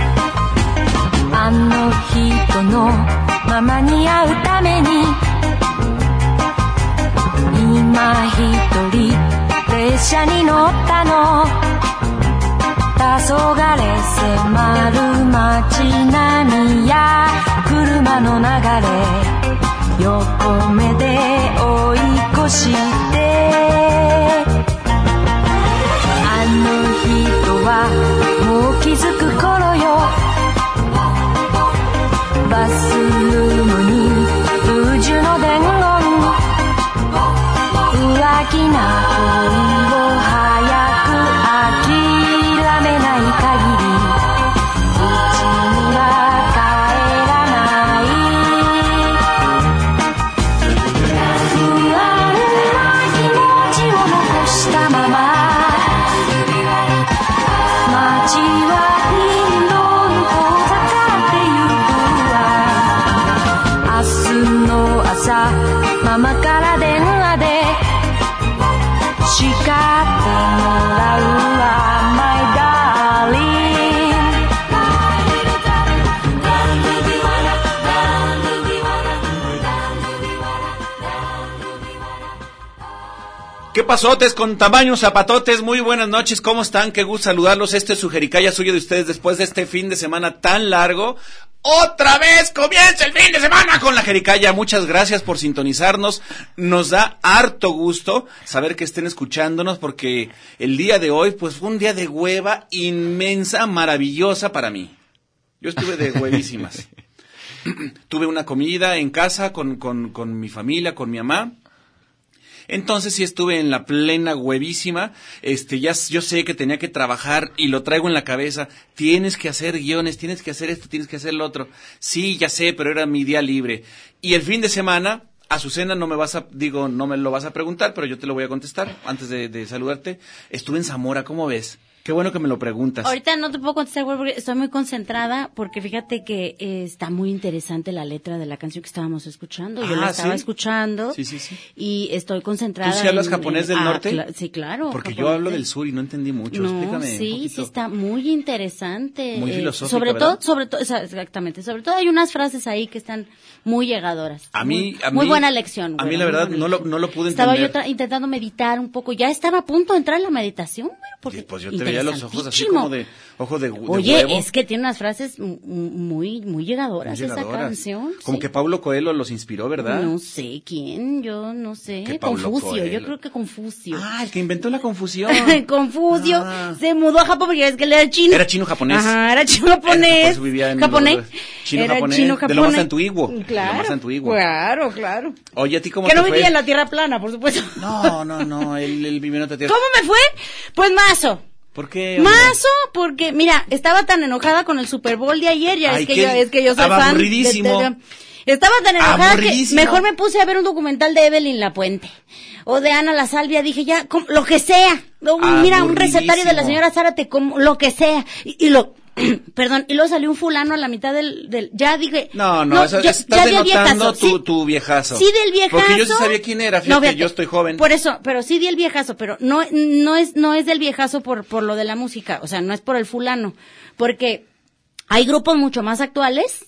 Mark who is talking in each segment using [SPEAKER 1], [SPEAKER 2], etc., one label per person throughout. [SPEAKER 1] 「あの人のままに会うために」「今一人列車に乗ったの」「黄昏迫る街並みや車の流れ」「横目で追い越して」「あの人はもう気づく頃よ」バスルームに宇宙の伝言浮気な恋を早く諦めない限りうちには帰らない不安な気持ちを残したまま街はどんどん遠ざかってゆくわ明日の朝ママから電話で叱ってもらうわ My darling
[SPEAKER 2] ¿Qué pasotes con tamaños zapatotes? Muy buenas noches, ¿cómo están? Qué gusto saludarlos. Este es su jericaya suyo de ustedes después de este fin de semana tan largo. ¡Otra vez comienza el fin de semana con la jericaya! Muchas gracias por sintonizarnos. Nos da harto gusto saber que estén escuchándonos porque el día de hoy, pues fue un día de hueva inmensa, maravillosa para mí. Yo estuve de huevísimas. Tuve una comida en casa con, con, con mi familia, con mi mamá. Entonces sí estuve en la plena huevísima. Este, ya s- yo sé que tenía que trabajar y lo traigo en la cabeza. Tienes que hacer guiones, tienes que hacer esto, tienes que hacer lo otro. Sí, ya sé, pero era mi día libre. Y el fin de semana, Azucena, no me vas a, digo, no me lo vas a preguntar, pero yo te lo voy a contestar antes de, de saludarte. Estuve en Zamora, ¿cómo ves? Qué bueno que me lo preguntas.
[SPEAKER 3] Ahorita no te puedo contestar, güey, porque estoy muy concentrada, porque fíjate que eh, está muy interesante la letra de la canción que estábamos escuchando. Yo
[SPEAKER 2] Ah,
[SPEAKER 3] la estaba
[SPEAKER 2] ¿sí?
[SPEAKER 3] escuchando
[SPEAKER 2] Sí, sí, sí.
[SPEAKER 3] y estoy concentrada.
[SPEAKER 2] ¿Tú sí hablas
[SPEAKER 3] en-
[SPEAKER 2] japonés del
[SPEAKER 3] ah,
[SPEAKER 2] norte?
[SPEAKER 3] cla- sí, claro.
[SPEAKER 2] Porque yo
[SPEAKER 3] japonés
[SPEAKER 2] hablo del sur y no entendí mucho.
[SPEAKER 3] No,
[SPEAKER 2] Explícame. un
[SPEAKER 3] sí,
[SPEAKER 2] poquito.
[SPEAKER 3] sí está muy interesante.
[SPEAKER 2] Muy
[SPEAKER 3] Eh,
[SPEAKER 2] filosófica,
[SPEAKER 3] Sobre
[SPEAKER 2] ¿verdad?
[SPEAKER 3] todo, sobre todo, esa- exactamente. Sobre todo hay unas frases ahí que están muy llegadoras.
[SPEAKER 2] A mí-
[SPEAKER 3] muy,
[SPEAKER 2] a
[SPEAKER 3] muy
[SPEAKER 2] mí-
[SPEAKER 3] buena lección.
[SPEAKER 2] a
[SPEAKER 3] güey,
[SPEAKER 2] mí la
[SPEAKER 3] muy
[SPEAKER 2] verdad
[SPEAKER 3] buena
[SPEAKER 2] no lo-
[SPEAKER 3] lección.
[SPEAKER 2] no lo pude
[SPEAKER 3] Estaba yo
[SPEAKER 2] entender.
[SPEAKER 3] tra- intentando meditar un poco. Ya estaba a punto de entrar en la meditación, güey, porque
[SPEAKER 2] Sí, pues yo te veía los ojos así como de, ojo de, de
[SPEAKER 3] Oye,
[SPEAKER 2] huevo.
[SPEAKER 3] es que tiene unas frases mu- mu- muy, muy llegadoras, esa
[SPEAKER 2] Llegadoras.
[SPEAKER 3] canción.
[SPEAKER 2] Como
[SPEAKER 3] sí.
[SPEAKER 2] que Pablo Coelho los inspiró, ¿verdad?
[SPEAKER 3] No sé quién, yo no sé.
[SPEAKER 2] Que Paulo
[SPEAKER 3] Confucio, yo
[SPEAKER 2] Coelho.
[SPEAKER 3] creo que Confucio.
[SPEAKER 2] Ah, el que inventó la confusión.
[SPEAKER 3] Confucio
[SPEAKER 2] Ah.
[SPEAKER 3] se mudó a Japón porque ya ves que él era chino.
[SPEAKER 2] Era chino-japonés.
[SPEAKER 3] Ajá, era chino-japonés.
[SPEAKER 2] Era japonés, pues, vivía en
[SPEAKER 3] japonés.
[SPEAKER 2] los- chino-japonés,
[SPEAKER 3] Era
[SPEAKER 2] de lo más antiguo, de lo
[SPEAKER 3] Claro.
[SPEAKER 2] más antiguo.
[SPEAKER 3] Claro, claro.
[SPEAKER 2] Oye, ¿a ti cómo
[SPEAKER 3] Que no
[SPEAKER 2] te fue?
[SPEAKER 3] vivía en la tierra plana, por supuesto.
[SPEAKER 2] No, no, no, él, él vivió en otra tierra.
[SPEAKER 3] ¿Cómo me fue? Pues mazo.
[SPEAKER 2] ¿Por qué? hombre?
[SPEAKER 3] Mazo, porque, mira, estaba tan enojada con el Super Bowl de ayer, ya
[SPEAKER 2] Ay,
[SPEAKER 3] es, que
[SPEAKER 2] qué-
[SPEAKER 3] yo, es que yo soy
[SPEAKER 2] estaba
[SPEAKER 3] fan. de-
[SPEAKER 2] aburridísimo.
[SPEAKER 3] de- de- estaba tan enojada que
[SPEAKER 2] Aburridísimo.
[SPEAKER 3] mejor me puse a ver un documental de Evelyn La Puente o de Ana La Salvia. Dije, ya, com- lo que sea. No, Mira, un recetario de la
[SPEAKER 2] Aburridísimo.
[SPEAKER 3] señora Zárate, como, lo que sea. Y, y lo. Perdón, y luego salió un fulano a la mitad del. del- ya dije.
[SPEAKER 2] No, no, eso-
[SPEAKER 3] ya-
[SPEAKER 2] estás
[SPEAKER 3] ya había
[SPEAKER 2] denotando
[SPEAKER 3] viejazo,
[SPEAKER 2] tu,
[SPEAKER 3] sí.
[SPEAKER 2] tu viejazo.
[SPEAKER 3] Sí, del viejazo.
[SPEAKER 2] Porque yo sí sabía quién era, fíjate,
[SPEAKER 3] fíjate,
[SPEAKER 2] yo estoy joven.
[SPEAKER 3] Por eso, pero sí di el viejazo, pero no, no es, no es del viejazo por, por lo de la música, o sea, no es por el fulano, porque hay grupos mucho más actuales,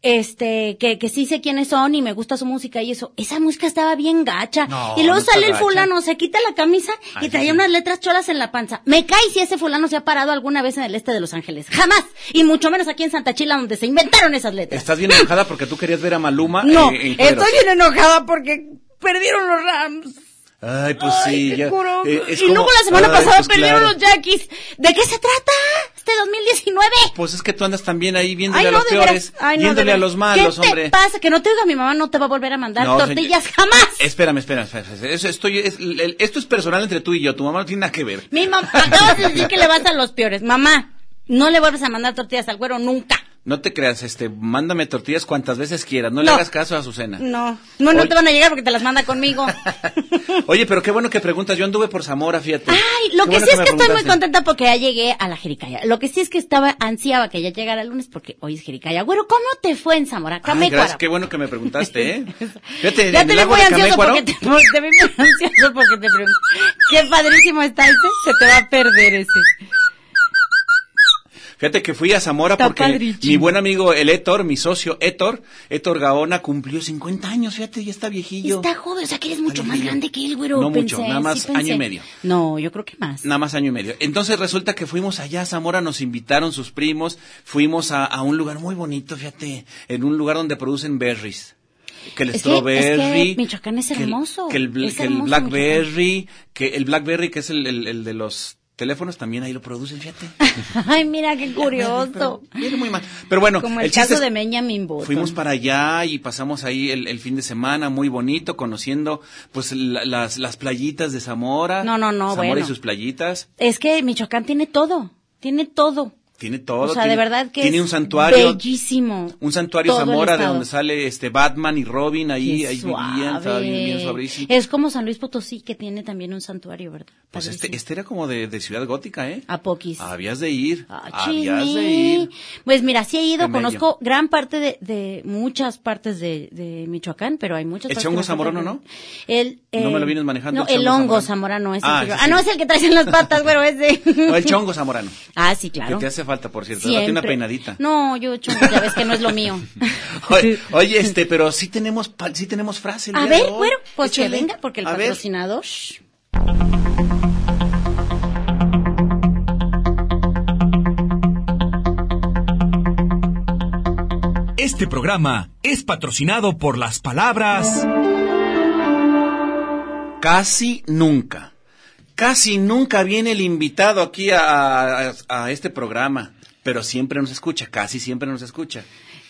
[SPEAKER 3] este, que, que sí sé quiénes son y me gusta su música y eso. Esa música estaba bien gacha.
[SPEAKER 2] No,
[SPEAKER 3] y luego
[SPEAKER 2] no está
[SPEAKER 3] sale el
[SPEAKER 2] gacha.
[SPEAKER 3] fulano, se quita la camisa
[SPEAKER 2] Ay,
[SPEAKER 3] y traía
[SPEAKER 2] sí.
[SPEAKER 3] unas letras cholas en la panza. Me cae si ese fulano se ha parado alguna vez en el este de Los Ángeles. Jamás. Y mucho menos aquí en Santa Chila, donde se inventaron esas letras.
[SPEAKER 2] Estás bien enojada porque tú querías ver a Maluma.
[SPEAKER 3] No,
[SPEAKER 2] eh, en cueros.
[SPEAKER 3] estoy bien enojada porque perdieron los Rams.
[SPEAKER 2] Ay, pues sí.
[SPEAKER 3] Ay, qué
[SPEAKER 2] ya,
[SPEAKER 3] curón.
[SPEAKER 2] eh, es
[SPEAKER 3] y luego
[SPEAKER 2] como-
[SPEAKER 3] la semana
[SPEAKER 2] Ay,
[SPEAKER 3] pasada
[SPEAKER 2] pues
[SPEAKER 3] perdieron
[SPEAKER 2] claro.
[SPEAKER 3] los Jackies. ¿De qué se trata? Está este 2019?
[SPEAKER 2] Pues es que tú andas también ahí viéndole a los peores,
[SPEAKER 3] Ay, no, de
[SPEAKER 2] viéndole a
[SPEAKER 3] veras.
[SPEAKER 2] los malos,
[SPEAKER 3] ¿Qué
[SPEAKER 2] hombre.
[SPEAKER 3] te pasa? Que no te digo, mi mamá no te va a volver a mandar
[SPEAKER 2] No, señor-
[SPEAKER 3] tortillas jamás.
[SPEAKER 2] Espérame, espérame, espérame, espérame. Eso, estoy- es- el- esto es personal entre tú y yo. Tu mamá no tiene nada que ver.
[SPEAKER 3] Mi mamá, acabas de decir que le vas a los peores. Mamá, no le vuelves a mandar tortillas al güero nunca.
[SPEAKER 2] No te creas, este, mándame tortillas cuantas veces quieras. No, le
[SPEAKER 3] No.
[SPEAKER 2] hagas caso a Azucena.
[SPEAKER 3] No, no, no
[SPEAKER 2] Oye.
[SPEAKER 3] te van a llegar porque te las manda conmigo.
[SPEAKER 2] Oye, pero qué bueno que preguntas. Yo anduve por Zamora, fíjate.
[SPEAKER 3] Ay, lo
[SPEAKER 2] Qué
[SPEAKER 3] que
[SPEAKER 2] bueno
[SPEAKER 3] sí es
[SPEAKER 2] me
[SPEAKER 3] que estoy muy
[SPEAKER 2] preguntaste.
[SPEAKER 3] contenta porque ya llegué a la Jericaya. Lo que sí es que estaba ansiaba que ya llegara el lunes porque hoy es Jericaya. Güero, ¿cómo te fue en
[SPEAKER 2] Ay,
[SPEAKER 3] Zamora?
[SPEAKER 2] gracias,
[SPEAKER 3] Camécuaro.
[SPEAKER 2] qué bueno que me preguntaste, ¿eh? Fíjate,
[SPEAKER 3] ya
[SPEAKER 2] en
[SPEAKER 3] te
[SPEAKER 2] el
[SPEAKER 3] vi
[SPEAKER 2] lago
[SPEAKER 3] muy
[SPEAKER 2] de
[SPEAKER 3] ansioso
[SPEAKER 2] Camécuaro.
[SPEAKER 3] porque te, te vi muy ansioso porque te pregunto. Qué padrísimo está ese, se te va a perder ese.
[SPEAKER 2] Fíjate que fui a Zamora
[SPEAKER 3] Está
[SPEAKER 2] porque
[SPEAKER 3] padrísimo.
[SPEAKER 2] mi buen amigo, el Héctor, mi socio Héctor, Héctor Gaona cumplió 50 años, fíjate, ya está viejillo.
[SPEAKER 3] Está joven, o sea que eres mucho
[SPEAKER 2] Ay,
[SPEAKER 3] más
[SPEAKER 2] yo-
[SPEAKER 3] grande que él, güero.
[SPEAKER 2] No mucho,
[SPEAKER 3] pensé,
[SPEAKER 2] nada más
[SPEAKER 3] sí pensé.
[SPEAKER 2] año y medio.
[SPEAKER 3] No, yo creo que más.
[SPEAKER 2] Nada más año y medio. Entonces resulta que fuimos allá a Zamora, nos invitaron sus primos, fuimos a, a un lugar muy bonito, fíjate, en un lugar donde producen berries. Que el
[SPEAKER 3] Es que-
[SPEAKER 2] strawberry.
[SPEAKER 3] es que Michoacán es
[SPEAKER 2] que el-
[SPEAKER 3] hermoso,
[SPEAKER 2] Que el, bl-
[SPEAKER 3] es
[SPEAKER 2] que el
[SPEAKER 3] hermoso
[SPEAKER 2] blackberry, que el blackberry que es el, el- el de los teléfonos también ahí lo producen, fíjate.
[SPEAKER 3] Ay, mira qué
[SPEAKER 2] Pero,
[SPEAKER 3] curioso.
[SPEAKER 2] viene muy mal. Pero bueno,
[SPEAKER 3] Como el,
[SPEAKER 2] chiste
[SPEAKER 3] caso
[SPEAKER 2] es-
[SPEAKER 3] de Benjamin Button.
[SPEAKER 2] Fuimos para allá y pasamos ahí el, el fin de semana muy bonito, conociendo pues la- las, las playitas de Zamora.
[SPEAKER 3] No, no, no,
[SPEAKER 2] Zamora
[SPEAKER 3] bueno.
[SPEAKER 2] y sus playitas.
[SPEAKER 3] Es que Michoacán tiene todo, tiene todo.
[SPEAKER 2] Tiene todo.
[SPEAKER 3] o sea,
[SPEAKER 2] tiene,
[SPEAKER 3] de verdad que
[SPEAKER 2] Tiene
[SPEAKER 3] es
[SPEAKER 2] un santuario.
[SPEAKER 3] bellísimo.
[SPEAKER 2] Un santuario
[SPEAKER 3] todo el
[SPEAKER 2] Zamora de
[SPEAKER 3] estado.
[SPEAKER 2] donde sale este Batman y Robin. Ahí,
[SPEAKER 3] Qué
[SPEAKER 2] ahí vivían,
[SPEAKER 3] suave.
[SPEAKER 2] estaba bien, bien suavísimo.
[SPEAKER 3] Es como San Luis Potosí que tiene también un santuario, ¿verdad?
[SPEAKER 2] Pues este,
[SPEAKER 3] Padrísimo.
[SPEAKER 2] este era como de, de ciudad gótica, ¿eh?
[SPEAKER 3] a Poquis.
[SPEAKER 2] Habías de ir.
[SPEAKER 3] Ah,
[SPEAKER 2] habías de
[SPEAKER 3] chini.
[SPEAKER 2] ir.
[SPEAKER 3] Pues mira, sí he ido,
[SPEAKER 2] Qué
[SPEAKER 3] conozco gran parte de, de muchas partes de, de Michoacán, pero hay muchas
[SPEAKER 2] ¿El
[SPEAKER 3] partes que
[SPEAKER 2] hongo
[SPEAKER 3] no se
[SPEAKER 2] zamorano,
[SPEAKER 3] pueden-
[SPEAKER 2] no?
[SPEAKER 3] El,
[SPEAKER 2] No
[SPEAKER 3] eh,
[SPEAKER 2] me lo vienes manejando,
[SPEAKER 3] No,
[SPEAKER 2] el
[SPEAKER 3] el,
[SPEAKER 2] hongo
[SPEAKER 3] hongo
[SPEAKER 2] zamorano.
[SPEAKER 3] zamorano, ese
[SPEAKER 2] Ah,
[SPEAKER 3] que yo-
[SPEAKER 2] ese
[SPEAKER 3] ah, no,
[SPEAKER 2] sí.
[SPEAKER 3] es el que traes en las patas, güero, ese.
[SPEAKER 2] No, el chongo zamorano.
[SPEAKER 3] Ah, sí, claro.
[SPEAKER 2] Que te hace falta, por cierto. Date
[SPEAKER 3] Siempre.
[SPEAKER 2] una peinadita.
[SPEAKER 3] No, yo chongo, ya ves que no es lo mío.
[SPEAKER 2] Oye, oye, este, pero sí tenemos, pa- sí tenemos frase. el
[SPEAKER 3] A
[SPEAKER 2] día de
[SPEAKER 3] ver,
[SPEAKER 2] hoy.
[SPEAKER 3] güero, pues que
[SPEAKER 2] Échale.
[SPEAKER 3] venga, porque el
[SPEAKER 2] A ver.
[SPEAKER 3] patrocinador.
[SPEAKER 4] Este programa es patrocinado por las palabras
[SPEAKER 2] Casi nunca. Casi nunca viene el invitado aquí a, a- a este programa, pero siempre nos escucha, casi siempre nos escucha.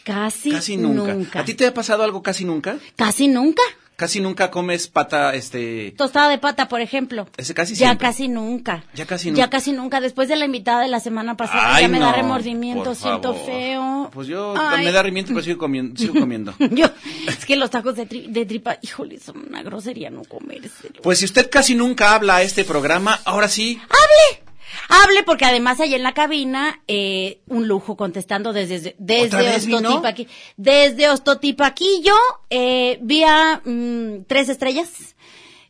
[SPEAKER 3] Casi,
[SPEAKER 2] casi nunca. ¿A ti te ha pasado algo casi nunca?
[SPEAKER 3] Casi nunca.
[SPEAKER 2] Casi nunca comes pata, este...
[SPEAKER 3] Tostada de pata, por ejemplo.
[SPEAKER 2] Ese casi
[SPEAKER 3] ya
[SPEAKER 2] siempre.
[SPEAKER 3] casi nunca.
[SPEAKER 2] Ya casi nunca.
[SPEAKER 3] Ya casi nunca. Después de la invitada de la semana pasada,
[SPEAKER 2] Ay,
[SPEAKER 3] ya me da
[SPEAKER 2] no,
[SPEAKER 3] remordimiento,
[SPEAKER 2] por
[SPEAKER 3] siento
[SPEAKER 2] favor.
[SPEAKER 3] feo.
[SPEAKER 2] Pues yo
[SPEAKER 3] Ay.
[SPEAKER 2] me da remiento, pero sigo comiendo. Sigo comiendo.
[SPEAKER 3] Yo, es que los tacos de, tri- de tripa, híjole, son una grosería no comérselo.
[SPEAKER 2] Pues si usted casi nunca habla a este programa, ahora sí,
[SPEAKER 3] ¡Hable! Hable, porque además allá en la cabina, eh, un lujo contestando desde,
[SPEAKER 2] ¿Otra
[SPEAKER 3] desde
[SPEAKER 2] vez vino?
[SPEAKER 3] Ostotipaqui. Desde Ostotipaquillo, eh, vía mm, Tres Estrellas.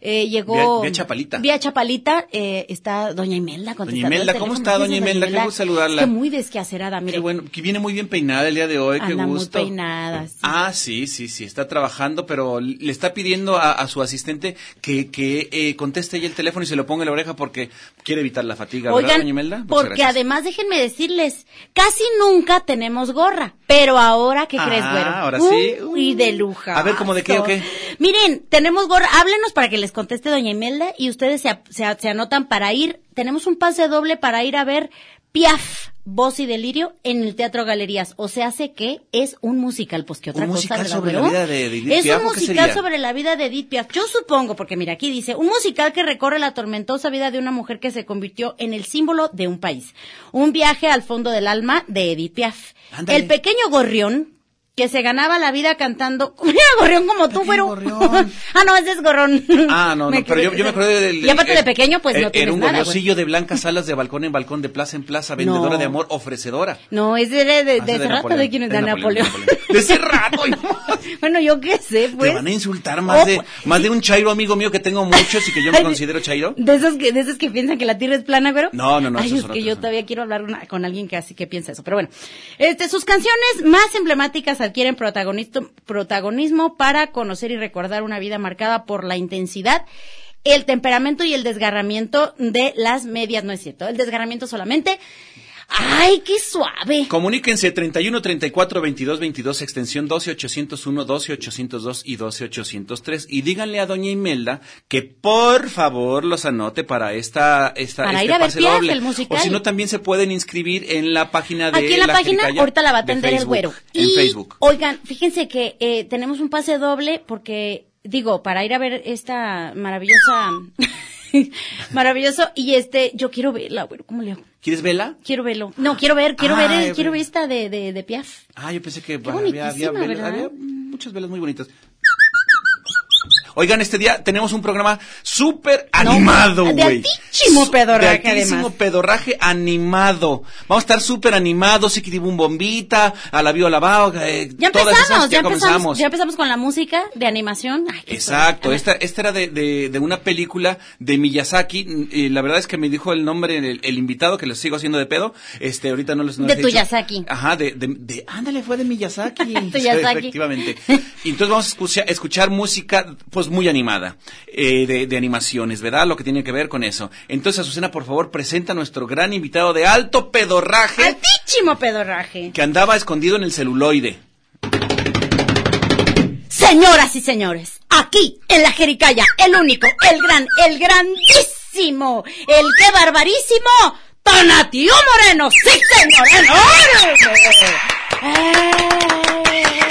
[SPEAKER 3] Eh, llegó.
[SPEAKER 2] Vía- vía Chapalita.
[SPEAKER 3] Vía Chapalita, eh, está Doña Imelda contestando.
[SPEAKER 2] Imelda,
[SPEAKER 3] el
[SPEAKER 2] ¿cómo
[SPEAKER 3] teléfono.
[SPEAKER 2] está,
[SPEAKER 3] Gracias,
[SPEAKER 2] doña Imelda? Qué gusto saludarla.
[SPEAKER 3] Es que muy desquacerada, mire.
[SPEAKER 2] Qué bueno, que viene muy bien peinada el día de hoy, qué
[SPEAKER 3] Anda muy
[SPEAKER 2] gusto.
[SPEAKER 3] peinada, sí.
[SPEAKER 2] Ah, sí, sí, sí, está trabajando, pero le está pidiendo a, a su asistente que, que eh, conteste ella el teléfono y se lo ponga en la oreja porque quiere evitar la fatiga, ¿verdad,
[SPEAKER 3] Oigan,
[SPEAKER 2] doña Imelda? Muchas
[SPEAKER 3] porque
[SPEAKER 2] gracias.
[SPEAKER 3] además déjenme decirles, casi nunca tenemos gorra, pero ahora ¿qué
[SPEAKER 2] Ah,
[SPEAKER 3] crees, güero?
[SPEAKER 2] ahora sí.
[SPEAKER 3] Uy, de luja.
[SPEAKER 2] A ver, ¿cómo de qué o qué?
[SPEAKER 3] Miren, tenemos gorra, háblenos para que les conteste doña Imelda y ustedes se, a- se a- se anotan para ir. Tenemos un pase doble para ir a ver Piaf, Voz y Delirio en el Teatro Galerías. O sea, sé que es un musical, pues que otra
[SPEAKER 2] ¿Un
[SPEAKER 3] cosa.
[SPEAKER 2] musical
[SPEAKER 3] ¿verdad,
[SPEAKER 2] sobre la
[SPEAKER 3] güero?
[SPEAKER 2] vida de- de Edith
[SPEAKER 3] Es
[SPEAKER 2] Piaf,
[SPEAKER 3] un
[SPEAKER 2] o qué
[SPEAKER 3] musical
[SPEAKER 2] sería?
[SPEAKER 3] sobre sobre la vida de Edith Piaf. Yo supongo, porque mira, aquí dice, un musical que recorre la tormentosa vida de una mujer que se convirtió en el símbolo de un país. Un viaje al fondo del alma de Edith Piaf.
[SPEAKER 2] Ándale.
[SPEAKER 3] El pequeño gorrión que se ganaba la vida cantando. Mira, gorrión como tú, pero.
[SPEAKER 2] gorrión.
[SPEAKER 3] ah, no, ese es gorrón.
[SPEAKER 2] Ah, no, no, pero yo, yo me acuerdo del...
[SPEAKER 3] Y aparte
[SPEAKER 2] el-
[SPEAKER 3] de pequeño, pues
[SPEAKER 2] el-
[SPEAKER 3] no tienes
[SPEAKER 2] Era un
[SPEAKER 3] nada. güey.
[SPEAKER 2] golosillo de blancas alas de balcón en balcón, de plaza en plaza, vendedora de amor, ofrecedora.
[SPEAKER 3] No, ese era de, de,
[SPEAKER 2] Ah, ese
[SPEAKER 3] de ese rato
[SPEAKER 2] Napoleón,
[SPEAKER 3] de quién es de Napoleón.
[SPEAKER 2] De ese rato, no.
[SPEAKER 3] bueno, yo qué sé, pues.
[SPEAKER 2] Te van a insultar más
[SPEAKER 3] Oh,
[SPEAKER 2] de
[SPEAKER 3] pues,
[SPEAKER 2] más de un chairo amigo mío que tengo muchos y que yo me
[SPEAKER 3] Ay,
[SPEAKER 2] considero chairo.
[SPEAKER 3] De esos que, de esos que piensan que la tierra es plana, güero.
[SPEAKER 2] No, no, no,
[SPEAKER 3] Ay,
[SPEAKER 2] esos
[SPEAKER 3] es
[SPEAKER 2] son
[SPEAKER 3] que
[SPEAKER 2] otros,
[SPEAKER 3] yo
[SPEAKER 2] ¿no?
[SPEAKER 3] todavía quiero hablar una- con alguien que así que piensa eso. Pero bueno, este, sus canciones más emblemáticas adquieren protagonismo, protagonismo para conocer y recordar una vida marcada por la intensidad, el temperamento y el desgarramiento de las medias, no es cierto, el desgarramiento solamente. Ay, qué suave.
[SPEAKER 2] Comuníquense 31 34 22 22 extensión 12 801, 12 802 y 12 803 y díganle a doña Imelda que por favor los anote para esta esta
[SPEAKER 3] Para
[SPEAKER 2] este
[SPEAKER 3] ir a ver
[SPEAKER 2] pase
[SPEAKER 3] Piaf,
[SPEAKER 2] doble.
[SPEAKER 3] el musical.
[SPEAKER 2] O si no también se pueden inscribir en la página de
[SPEAKER 3] Aquí en la, página,
[SPEAKER 2] Jericaya
[SPEAKER 3] ahorita la va a
[SPEAKER 2] de
[SPEAKER 3] atender el
[SPEAKER 2] Facebook,
[SPEAKER 3] güero.
[SPEAKER 2] En
[SPEAKER 3] y,
[SPEAKER 2] Facebook.
[SPEAKER 3] Oigan, fíjense que eh, tenemos un pase doble porque, digo, para ir a ver esta maravillosa. maravilloso. Y este, yo quiero verla, güero, ¿cómo le hago?
[SPEAKER 2] ¿Quieres vela?
[SPEAKER 3] Quiero verlo. No, quiero ver, quiero ver,
[SPEAKER 2] Ay,
[SPEAKER 3] eh, quiero
[SPEAKER 2] güey.
[SPEAKER 3] ver esta de, de, de Piaf.
[SPEAKER 2] Ah, yo pensé que
[SPEAKER 3] Qué
[SPEAKER 2] bueno, había, había,
[SPEAKER 3] bonitísima,
[SPEAKER 2] velas- había
[SPEAKER 3] ¿verdad?
[SPEAKER 2] muchas velas muy bonitas. Oigan, este día tenemos un programa súper animado,
[SPEAKER 3] de
[SPEAKER 2] güey.
[SPEAKER 3] altísimo
[SPEAKER 2] Su-
[SPEAKER 3] pedorraje,
[SPEAKER 2] De altísimo
[SPEAKER 3] además.
[SPEAKER 2] pedorraje animado. Vamos a estar súper animados, sí que un bombita, a la viola bao, eh,
[SPEAKER 3] Ya
[SPEAKER 2] todas
[SPEAKER 3] empezamos,
[SPEAKER 2] esas,
[SPEAKER 3] ya, empezamos, ya empezamos con la música de animación. Ay, qué
[SPEAKER 2] Exacto,
[SPEAKER 3] padre.
[SPEAKER 2] esta, esta era de, de, de una película de Miyazaki, mm, y la verdad es que me dijo el nombre el, el invitado, que lo sigo haciendo de pedo, este, ahorita no les no
[SPEAKER 3] De
[SPEAKER 2] les he dicho.
[SPEAKER 3] Tuyasaki.
[SPEAKER 2] Ajá, de, de, de- ándale, fue de Miyazaki.
[SPEAKER 3] Tuyasaki.
[SPEAKER 2] Efectivamente. Y entonces vamos a escucha- escuchar, música, pues muy animada, eh, de, de animaciones, ¿verdad? Lo que tiene que ver con eso. Entonces, Azucena, por favor, presenta a nuestro gran invitado de alto pedorraje,
[SPEAKER 3] Altísimo pedorraje.
[SPEAKER 2] que andaba escondido en el celuloide.
[SPEAKER 3] Señoras y señores, aquí en la Jericaya, el único, el gran, el grandísimo, el que barbarísimo, Tonatiu Moreno. Sí, señor.
[SPEAKER 2] ¡Eh!
[SPEAKER 3] ¡Enorme!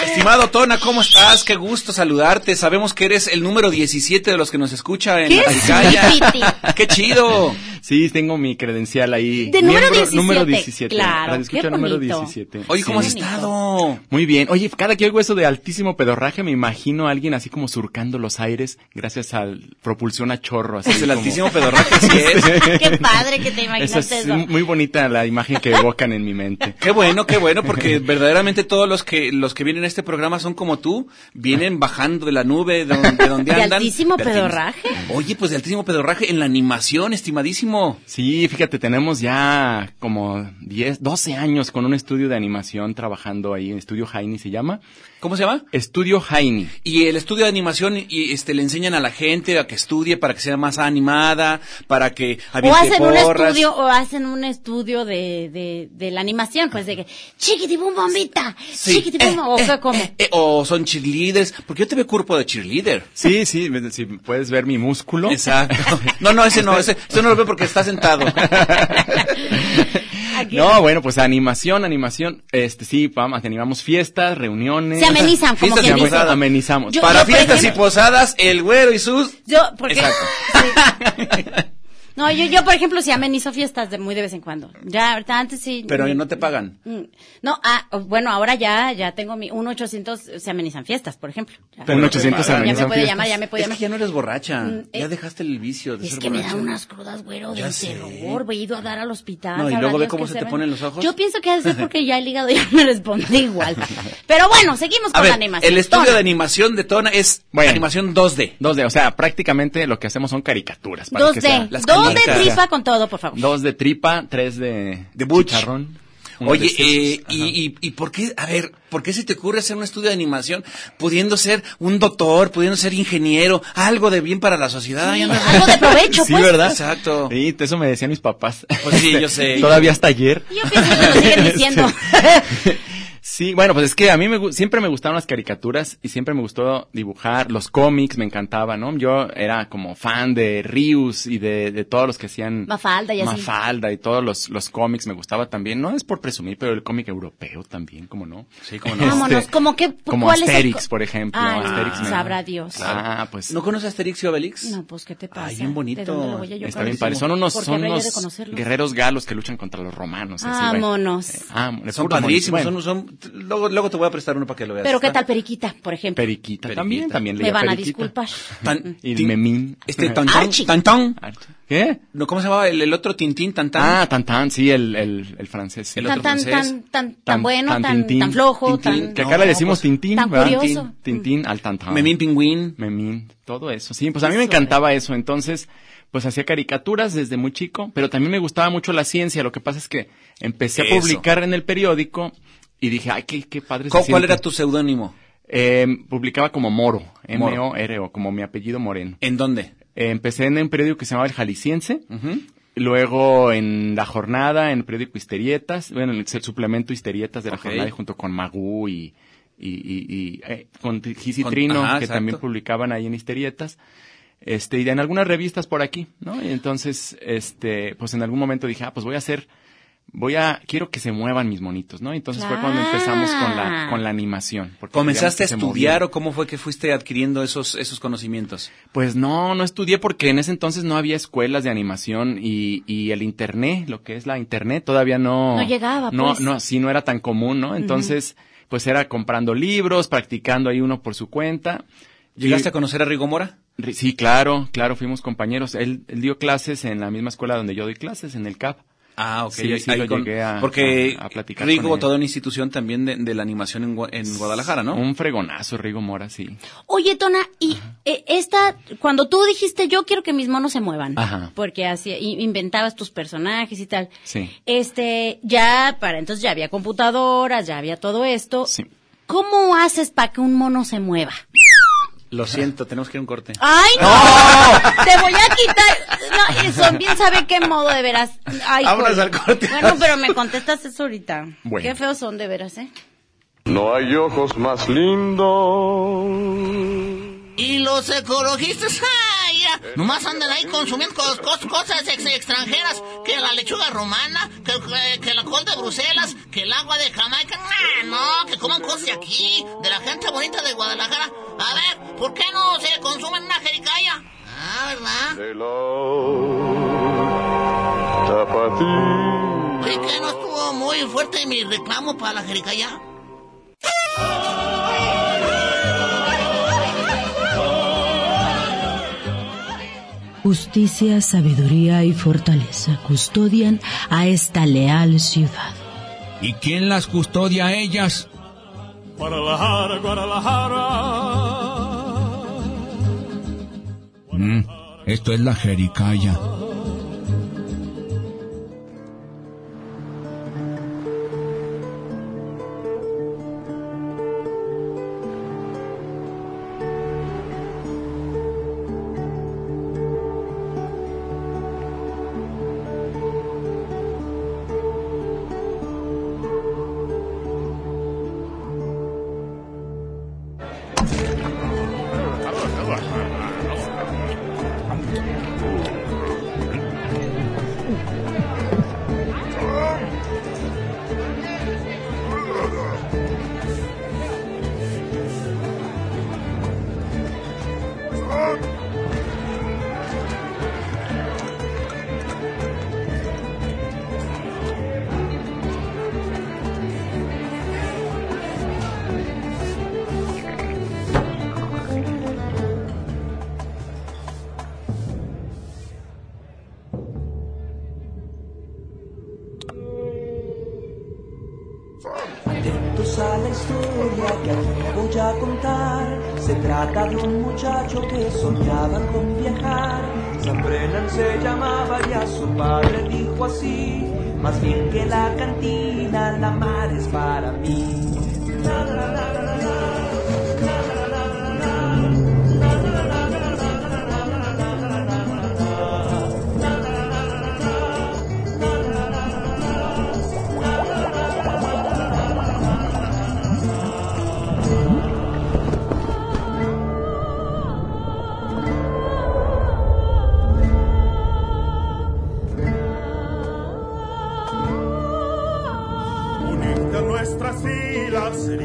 [SPEAKER 2] Estimado Tona, ¿cómo estás? Qué gusto saludarte. Sabemos que eres el número 17 de los que nos escucha en
[SPEAKER 3] ¿Qué?
[SPEAKER 2] la Tizaya.
[SPEAKER 3] Sí, sí, sí.
[SPEAKER 2] ¡Qué chido!
[SPEAKER 5] Sí, tengo mi credencial ahí.
[SPEAKER 3] De número
[SPEAKER 5] Miembro
[SPEAKER 3] 17,
[SPEAKER 5] Número 17.
[SPEAKER 3] claro,
[SPEAKER 5] Radio escucha
[SPEAKER 3] qué
[SPEAKER 5] número
[SPEAKER 3] bonito.
[SPEAKER 5] 17.
[SPEAKER 2] Oye, ¿cómo has
[SPEAKER 5] Sí.
[SPEAKER 3] bonito.
[SPEAKER 2] estado?
[SPEAKER 5] Muy bien. Oye, cada que oigo eso de altísimo pedorraje, me imagino a alguien así como surcando los aires gracias al propulsión a chorro. Así
[SPEAKER 2] Es Pues el
[SPEAKER 5] como-
[SPEAKER 2] altísimo pedorraje, así es.
[SPEAKER 3] Qué padre que te
[SPEAKER 5] Esa
[SPEAKER 3] imaginaste
[SPEAKER 5] es
[SPEAKER 3] eso.
[SPEAKER 5] muy bonita la imagen que evocan en mi mente.
[SPEAKER 2] Qué bueno, qué bueno, porque verdaderamente todos los que los que vienen a este programa son como tú, vienen bajando de la nube de donde, de donde
[SPEAKER 3] De
[SPEAKER 2] andan.
[SPEAKER 3] altísimo
[SPEAKER 2] De altísimo-
[SPEAKER 3] pedorraje.
[SPEAKER 2] Oye, pues de altísimo pedorraje en la animación, estimadísimo.
[SPEAKER 5] Sí, fíjate, tenemos ya como 10, 12 años con un estudio de animación trabajando ahí, Estudio Heine se llama.
[SPEAKER 2] ¿Cómo se llama?
[SPEAKER 5] Estudio Heine.
[SPEAKER 2] Y el estudio de animación y este le enseñan a la gente a que estudie para que sea más animada, para que
[SPEAKER 3] O
[SPEAKER 2] aviente
[SPEAKER 3] hacen un
[SPEAKER 2] porras.
[SPEAKER 3] estudio, o hacen un estudio de, de, de la animación, pues de que, chiquitibum bombita,
[SPEAKER 2] Sí.
[SPEAKER 3] chiquitibum,
[SPEAKER 2] Eh,
[SPEAKER 3] o
[SPEAKER 2] eh,
[SPEAKER 3] qué, cómo.
[SPEAKER 2] eh, eh, o son cheerleaders, porque yo te veo cuerpo de cheerleader.
[SPEAKER 5] Sí, sí, si puedes ver mi músculo.
[SPEAKER 2] Exacto. No, no, ese no, ese, ese no lo veo porque está sentado.
[SPEAKER 3] Aquí.
[SPEAKER 5] No, bueno, pues animación, animación. Este sí, vamos, animamos fiestas, reuniones.
[SPEAKER 3] Se amenizan, como
[SPEAKER 2] Fiestas
[SPEAKER 3] quien
[SPEAKER 2] y
[SPEAKER 3] dice.
[SPEAKER 2] posadas.
[SPEAKER 5] Amenizamos.
[SPEAKER 3] Yo-
[SPEAKER 2] Para
[SPEAKER 3] por
[SPEAKER 2] fiestas y
[SPEAKER 3] ejemplo-
[SPEAKER 2] posadas, el güero y sus...
[SPEAKER 3] Yo, porque...
[SPEAKER 2] Exacto.
[SPEAKER 3] No, yo, yo, por ejemplo, sí amenizo fiestas de muy de vez en cuando. Ya, ahorita antes sí.
[SPEAKER 2] Pero
[SPEAKER 3] mm,
[SPEAKER 2] no te pagan.
[SPEAKER 3] mm, No, ah, oh, bueno, ahora ya, ya tengo mi, un 800 se amenizan fiestas, por ejemplo. Ya,
[SPEAKER 5] Un 800
[SPEAKER 3] ya me
[SPEAKER 5] amenizan
[SPEAKER 3] puede
[SPEAKER 5] fiestas.
[SPEAKER 3] llamar, ya me puede
[SPEAKER 2] Es que
[SPEAKER 3] llamar.
[SPEAKER 2] ya no eres borracha.
[SPEAKER 3] eh,
[SPEAKER 2] ya dejaste el vicio de
[SPEAKER 3] Es
[SPEAKER 2] ser
[SPEAKER 3] que me
[SPEAKER 2] borracha.
[SPEAKER 3] dan unas crudas, güero,
[SPEAKER 2] Ya
[SPEAKER 3] de
[SPEAKER 2] sé.
[SPEAKER 3] terror, güey, he ido a dar al hospital.
[SPEAKER 2] No, y
[SPEAKER 3] sabrá
[SPEAKER 2] luego ve
[SPEAKER 3] Dios
[SPEAKER 2] cómo
[SPEAKER 3] qué
[SPEAKER 2] se te
[SPEAKER 3] ven.
[SPEAKER 2] ponen los ojos.
[SPEAKER 3] Yo pienso que ha de ser porque ya el hígado ya me responde igual. Pero bueno, seguimos
[SPEAKER 2] A
[SPEAKER 3] con la
[SPEAKER 2] ver,
[SPEAKER 3] animación.
[SPEAKER 2] el estudio
[SPEAKER 3] Tona.
[SPEAKER 2] de animación de Tona es
[SPEAKER 5] Bueno.
[SPEAKER 2] animación 2D.
[SPEAKER 5] 2D, o sea, prácticamente lo que hacemos son caricaturas. para que sea-
[SPEAKER 3] 2D,
[SPEAKER 2] las
[SPEAKER 3] 2D
[SPEAKER 2] canicas.
[SPEAKER 3] tripa con todo, por favor.
[SPEAKER 5] Dos de tripa, tres de,
[SPEAKER 2] De Butch.
[SPEAKER 5] chicharrón. uno
[SPEAKER 2] Oye,
[SPEAKER 5] de sesos.
[SPEAKER 2] eh, y, y, ¿y por qué, a ver, por qué se te ocurre hacer un estudio de animación pudiendo ser un doctor, pudiendo ser ingeniero, algo de bien para la sociedad? Ahí andas-
[SPEAKER 3] Algo de provecho,
[SPEAKER 5] Sí,
[SPEAKER 3] pues.
[SPEAKER 5] ¿verdad?
[SPEAKER 2] Exacto.
[SPEAKER 5] Sí, eso me decían mis papás. Este,
[SPEAKER 2] Pues sí, yo sé.
[SPEAKER 5] Todavía hasta ayer. Este,
[SPEAKER 3] Yo pienso que lo siguen diciendo.
[SPEAKER 5] Sí, bueno, pues es que a mí me, gu- siempre me gustaron las caricaturas y siempre me gustó dibujar, los cómics me encantaba, ¿no? Yo era como fan de Rius y de, de todos los que hacían...
[SPEAKER 3] Mafalda y así.
[SPEAKER 5] Mafalda y todos los, los cómics me gustaba también, no es por presumir, pero el cómic europeo también, como no? Este,
[SPEAKER 2] Sí, cómo no.
[SPEAKER 3] Vámonos, como que
[SPEAKER 5] Como
[SPEAKER 3] ¿cuál es el
[SPEAKER 5] Asterix,
[SPEAKER 3] co-
[SPEAKER 5] por ejemplo.
[SPEAKER 3] Ay,
[SPEAKER 5] Asterix me-
[SPEAKER 3] sabrá Dios.
[SPEAKER 5] Ah, pues...
[SPEAKER 2] ¿No conoces a Asterix y Obelix?
[SPEAKER 3] No, pues qué te pasa?
[SPEAKER 2] Ay, bien bonito.
[SPEAKER 3] ¿De dónde lo voy a yo
[SPEAKER 5] Está
[SPEAKER 3] conocer?
[SPEAKER 5] bien padre. Son unos,
[SPEAKER 3] Porque
[SPEAKER 5] son
[SPEAKER 3] habré
[SPEAKER 5] unos
[SPEAKER 3] de conocerlos.
[SPEAKER 5] guerreros galos que luchan contra los romanos. así, bueno.
[SPEAKER 3] Vámonos.
[SPEAKER 5] Eh, ah, de
[SPEAKER 2] Son
[SPEAKER 5] puro
[SPEAKER 2] padrísimos,
[SPEAKER 5] bueno.
[SPEAKER 2] son, son- luego, luego te voy a prestar uno para que lo veas.
[SPEAKER 3] Pero qué
[SPEAKER 2] Está-
[SPEAKER 3] tal periquita, por ejemplo.
[SPEAKER 5] Periquita, también, también
[SPEAKER 3] Me
[SPEAKER 5] leía
[SPEAKER 3] van a
[SPEAKER 5] Periquita.
[SPEAKER 3] disculpar.
[SPEAKER 2] Tan-
[SPEAKER 5] Y
[SPEAKER 2] tin-
[SPEAKER 5] Memín.
[SPEAKER 2] Este Tantán.
[SPEAKER 3] Archie.
[SPEAKER 2] Tantán.
[SPEAKER 5] ¿Qué?
[SPEAKER 2] No, ¿Cómo se llamaba el, el otro Tintín? Tantán.
[SPEAKER 5] Ah, tan tan, sí, el, el, el francés. sí.
[SPEAKER 2] El
[SPEAKER 3] Tan
[SPEAKER 2] otro
[SPEAKER 3] tan,
[SPEAKER 2] francés.
[SPEAKER 3] tan tan tan
[SPEAKER 5] Tan-
[SPEAKER 3] bueno, tan
[SPEAKER 5] tan
[SPEAKER 3] tan,
[SPEAKER 5] tintín.
[SPEAKER 3] flojo, tan
[SPEAKER 2] Tintín,
[SPEAKER 5] que
[SPEAKER 2] no,
[SPEAKER 5] acá le decimos
[SPEAKER 2] pues,
[SPEAKER 5] tintín,
[SPEAKER 3] tan
[SPEAKER 5] ¿verdad?
[SPEAKER 3] curioso.
[SPEAKER 5] Tin- Tintín al tan tan.
[SPEAKER 2] Memín Pingüín.
[SPEAKER 5] Memín, todo eso. Sí, pues a mí me encantaba eso. Entonces, pues hacía caricaturas desde muy chico, pero también me gustaba mucho la ciencia. Lo que pasa es que empecé
[SPEAKER 2] Eso.
[SPEAKER 5] a publicar en el periódico y dije, ay, qué, qué padre se
[SPEAKER 2] ¿Cuál, cuál
[SPEAKER 5] siente.
[SPEAKER 2] era tu seudónimo?
[SPEAKER 5] Eh, publicaba como Moro,
[SPEAKER 2] Moro.
[SPEAKER 5] M-O-R-O, como mi apellido moreno.
[SPEAKER 2] ¿En dónde?
[SPEAKER 5] Eh, empecé en un periódico que se llamaba El Jalisciense. Luego en La Jornada, en el periódico Histerietas, bueno, en el suplemento Histerietas de La
[SPEAKER 2] Ok.
[SPEAKER 5] Jornada, junto con Magú y, y, y, y, eh, con Gis y
[SPEAKER 2] Con-
[SPEAKER 5] Trino,
[SPEAKER 2] ajá,
[SPEAKER 5] que
[SPEAKER 2] exacto.
[SPEAKER 5] también publicaban ahí en Histerietas. Este, y en algunas revistas por aquí, ¿no? Y entonces, este, pues en algún momento dije, ah, pues voy a hacer, voy a, quiero que se muevan mis monitos, ¿no? Entonces fue cuando empezamos con la, con la animación. porque
[SPEAKER 2] Ah. ¿Comenzaste a
[SPEAKER 5] queríamos que se
[SPEAKER 2] estudiar
[SPEAKER 5] movieran.
[SPEAKER 2] o cómo fue que fuiste adquiriendo esos, esos conocimientos?
[SPEAKER 5] Pues no, no estudié porque en ese entonces no había escuelas de animación y, y el internet, lo que es la internet, todavía no.
[SPEAKER 3] No llegaba,
[SPEAKER 5] No,
[SPEAKER 3] pues.
[SPEAKER 5] no, sí, no era tan común, ¿no? Entonces, pues era comprando libros, practicando ahí uno por su cuenta.
[SPEAKER 2] ¿Llegaste
[SPEAKER 5] Y-
[SPEAKER 2] a conocer a Rigo Mora?
[SPEAKER 5] Ri- Sí, claro, claro, fuimos compañeros. Él, él dio clases en la misma escuela donde yo doy clases, en el CAP.
[SPEAKER 2] Ah, ok.
[SPEAKER 5] Sí, sí,
[SPEAKER 2] ahí
[SPEAKER 5] lo llegué a-
[SPEAKER 2] porque
[SPEAKER 5] a- a platicar
[SPEAKER 2] Rigo,
[SPEAKER 5] con él.
[SPEAKER 2] toda una institución también de, de la animación en, Gua- en Guadalajara, Ah, ¿no?
[SPEAKER 5] Un fregonazo, Rigo Mora, sí.
[SPEAKER 3] Oye, Tona, y eh, esta, cuando tú dijiste yo quiero que mis monos se muevan,
[SPEAKER 5] Ajá.
[SPEAKER 3] porque así inventabas tus personajes y tal.
[SPEAKER 5] Sí.
[SPEAKER 3] Este, ya para entonces ya había computadoras, ya había todo esto.
[SPEAKER 5] Sí.
[SPEAKER 3] ¿Cómo haces para que un mono se mueva?
[SPEAKER 2] Lo siento, tenemos que ir a un corte.
[SPEAKER 3] ¡Ay, no! Te voy a quitar. No, y son bien sabe qué modo de veras. Ay,
[SPEAKER 2] Vámonos
[SPEAKER 3] joder.
[SPEAKER 2] al corte.
[SPEAKER 3] Bueno, pero me contestas eso ahorita.
[SPEAKER 5] Bueno.
[SPEAKER 3] Qué feos son de veras, ¿eh?
[SPEAKER 6] No hay ojos más lindos.
[SPEAKER 7] Y los ecologistas, ay, ya, nomás andan ahí consumiendo cos- cos- cosas ex- extranjeras, que la lechuga romana, que, eh, que- que la col de Bruselas, que el agua de Jamaica, Ah, no, que coman cosas de aquí, de la gente bonita de Guadalajara. A ver, ¿por qué no se consumen una jericaya? Ah, ¿verdad?
[SPEAKER 6] De la tapatía.
[SPEAKER 7] Oye, que no estuvo muy fuerte mi reclamo para la jericaya.
[SPEAKER 8] Justicia, sabiduría y fortaleza custodian a esta leal ciudad.
[SPEAKER 9] ¿Y quién las custodia a ellas? Mm, esto es la jericaya.
[SPEAKER 10] Atentos a la historia que aquí voy a contar. Se trata de un muchacho que soñaba con viajar. San Brennan se llamaba y a su padre dijo así. Más bien que la cantina, la mar es para mí.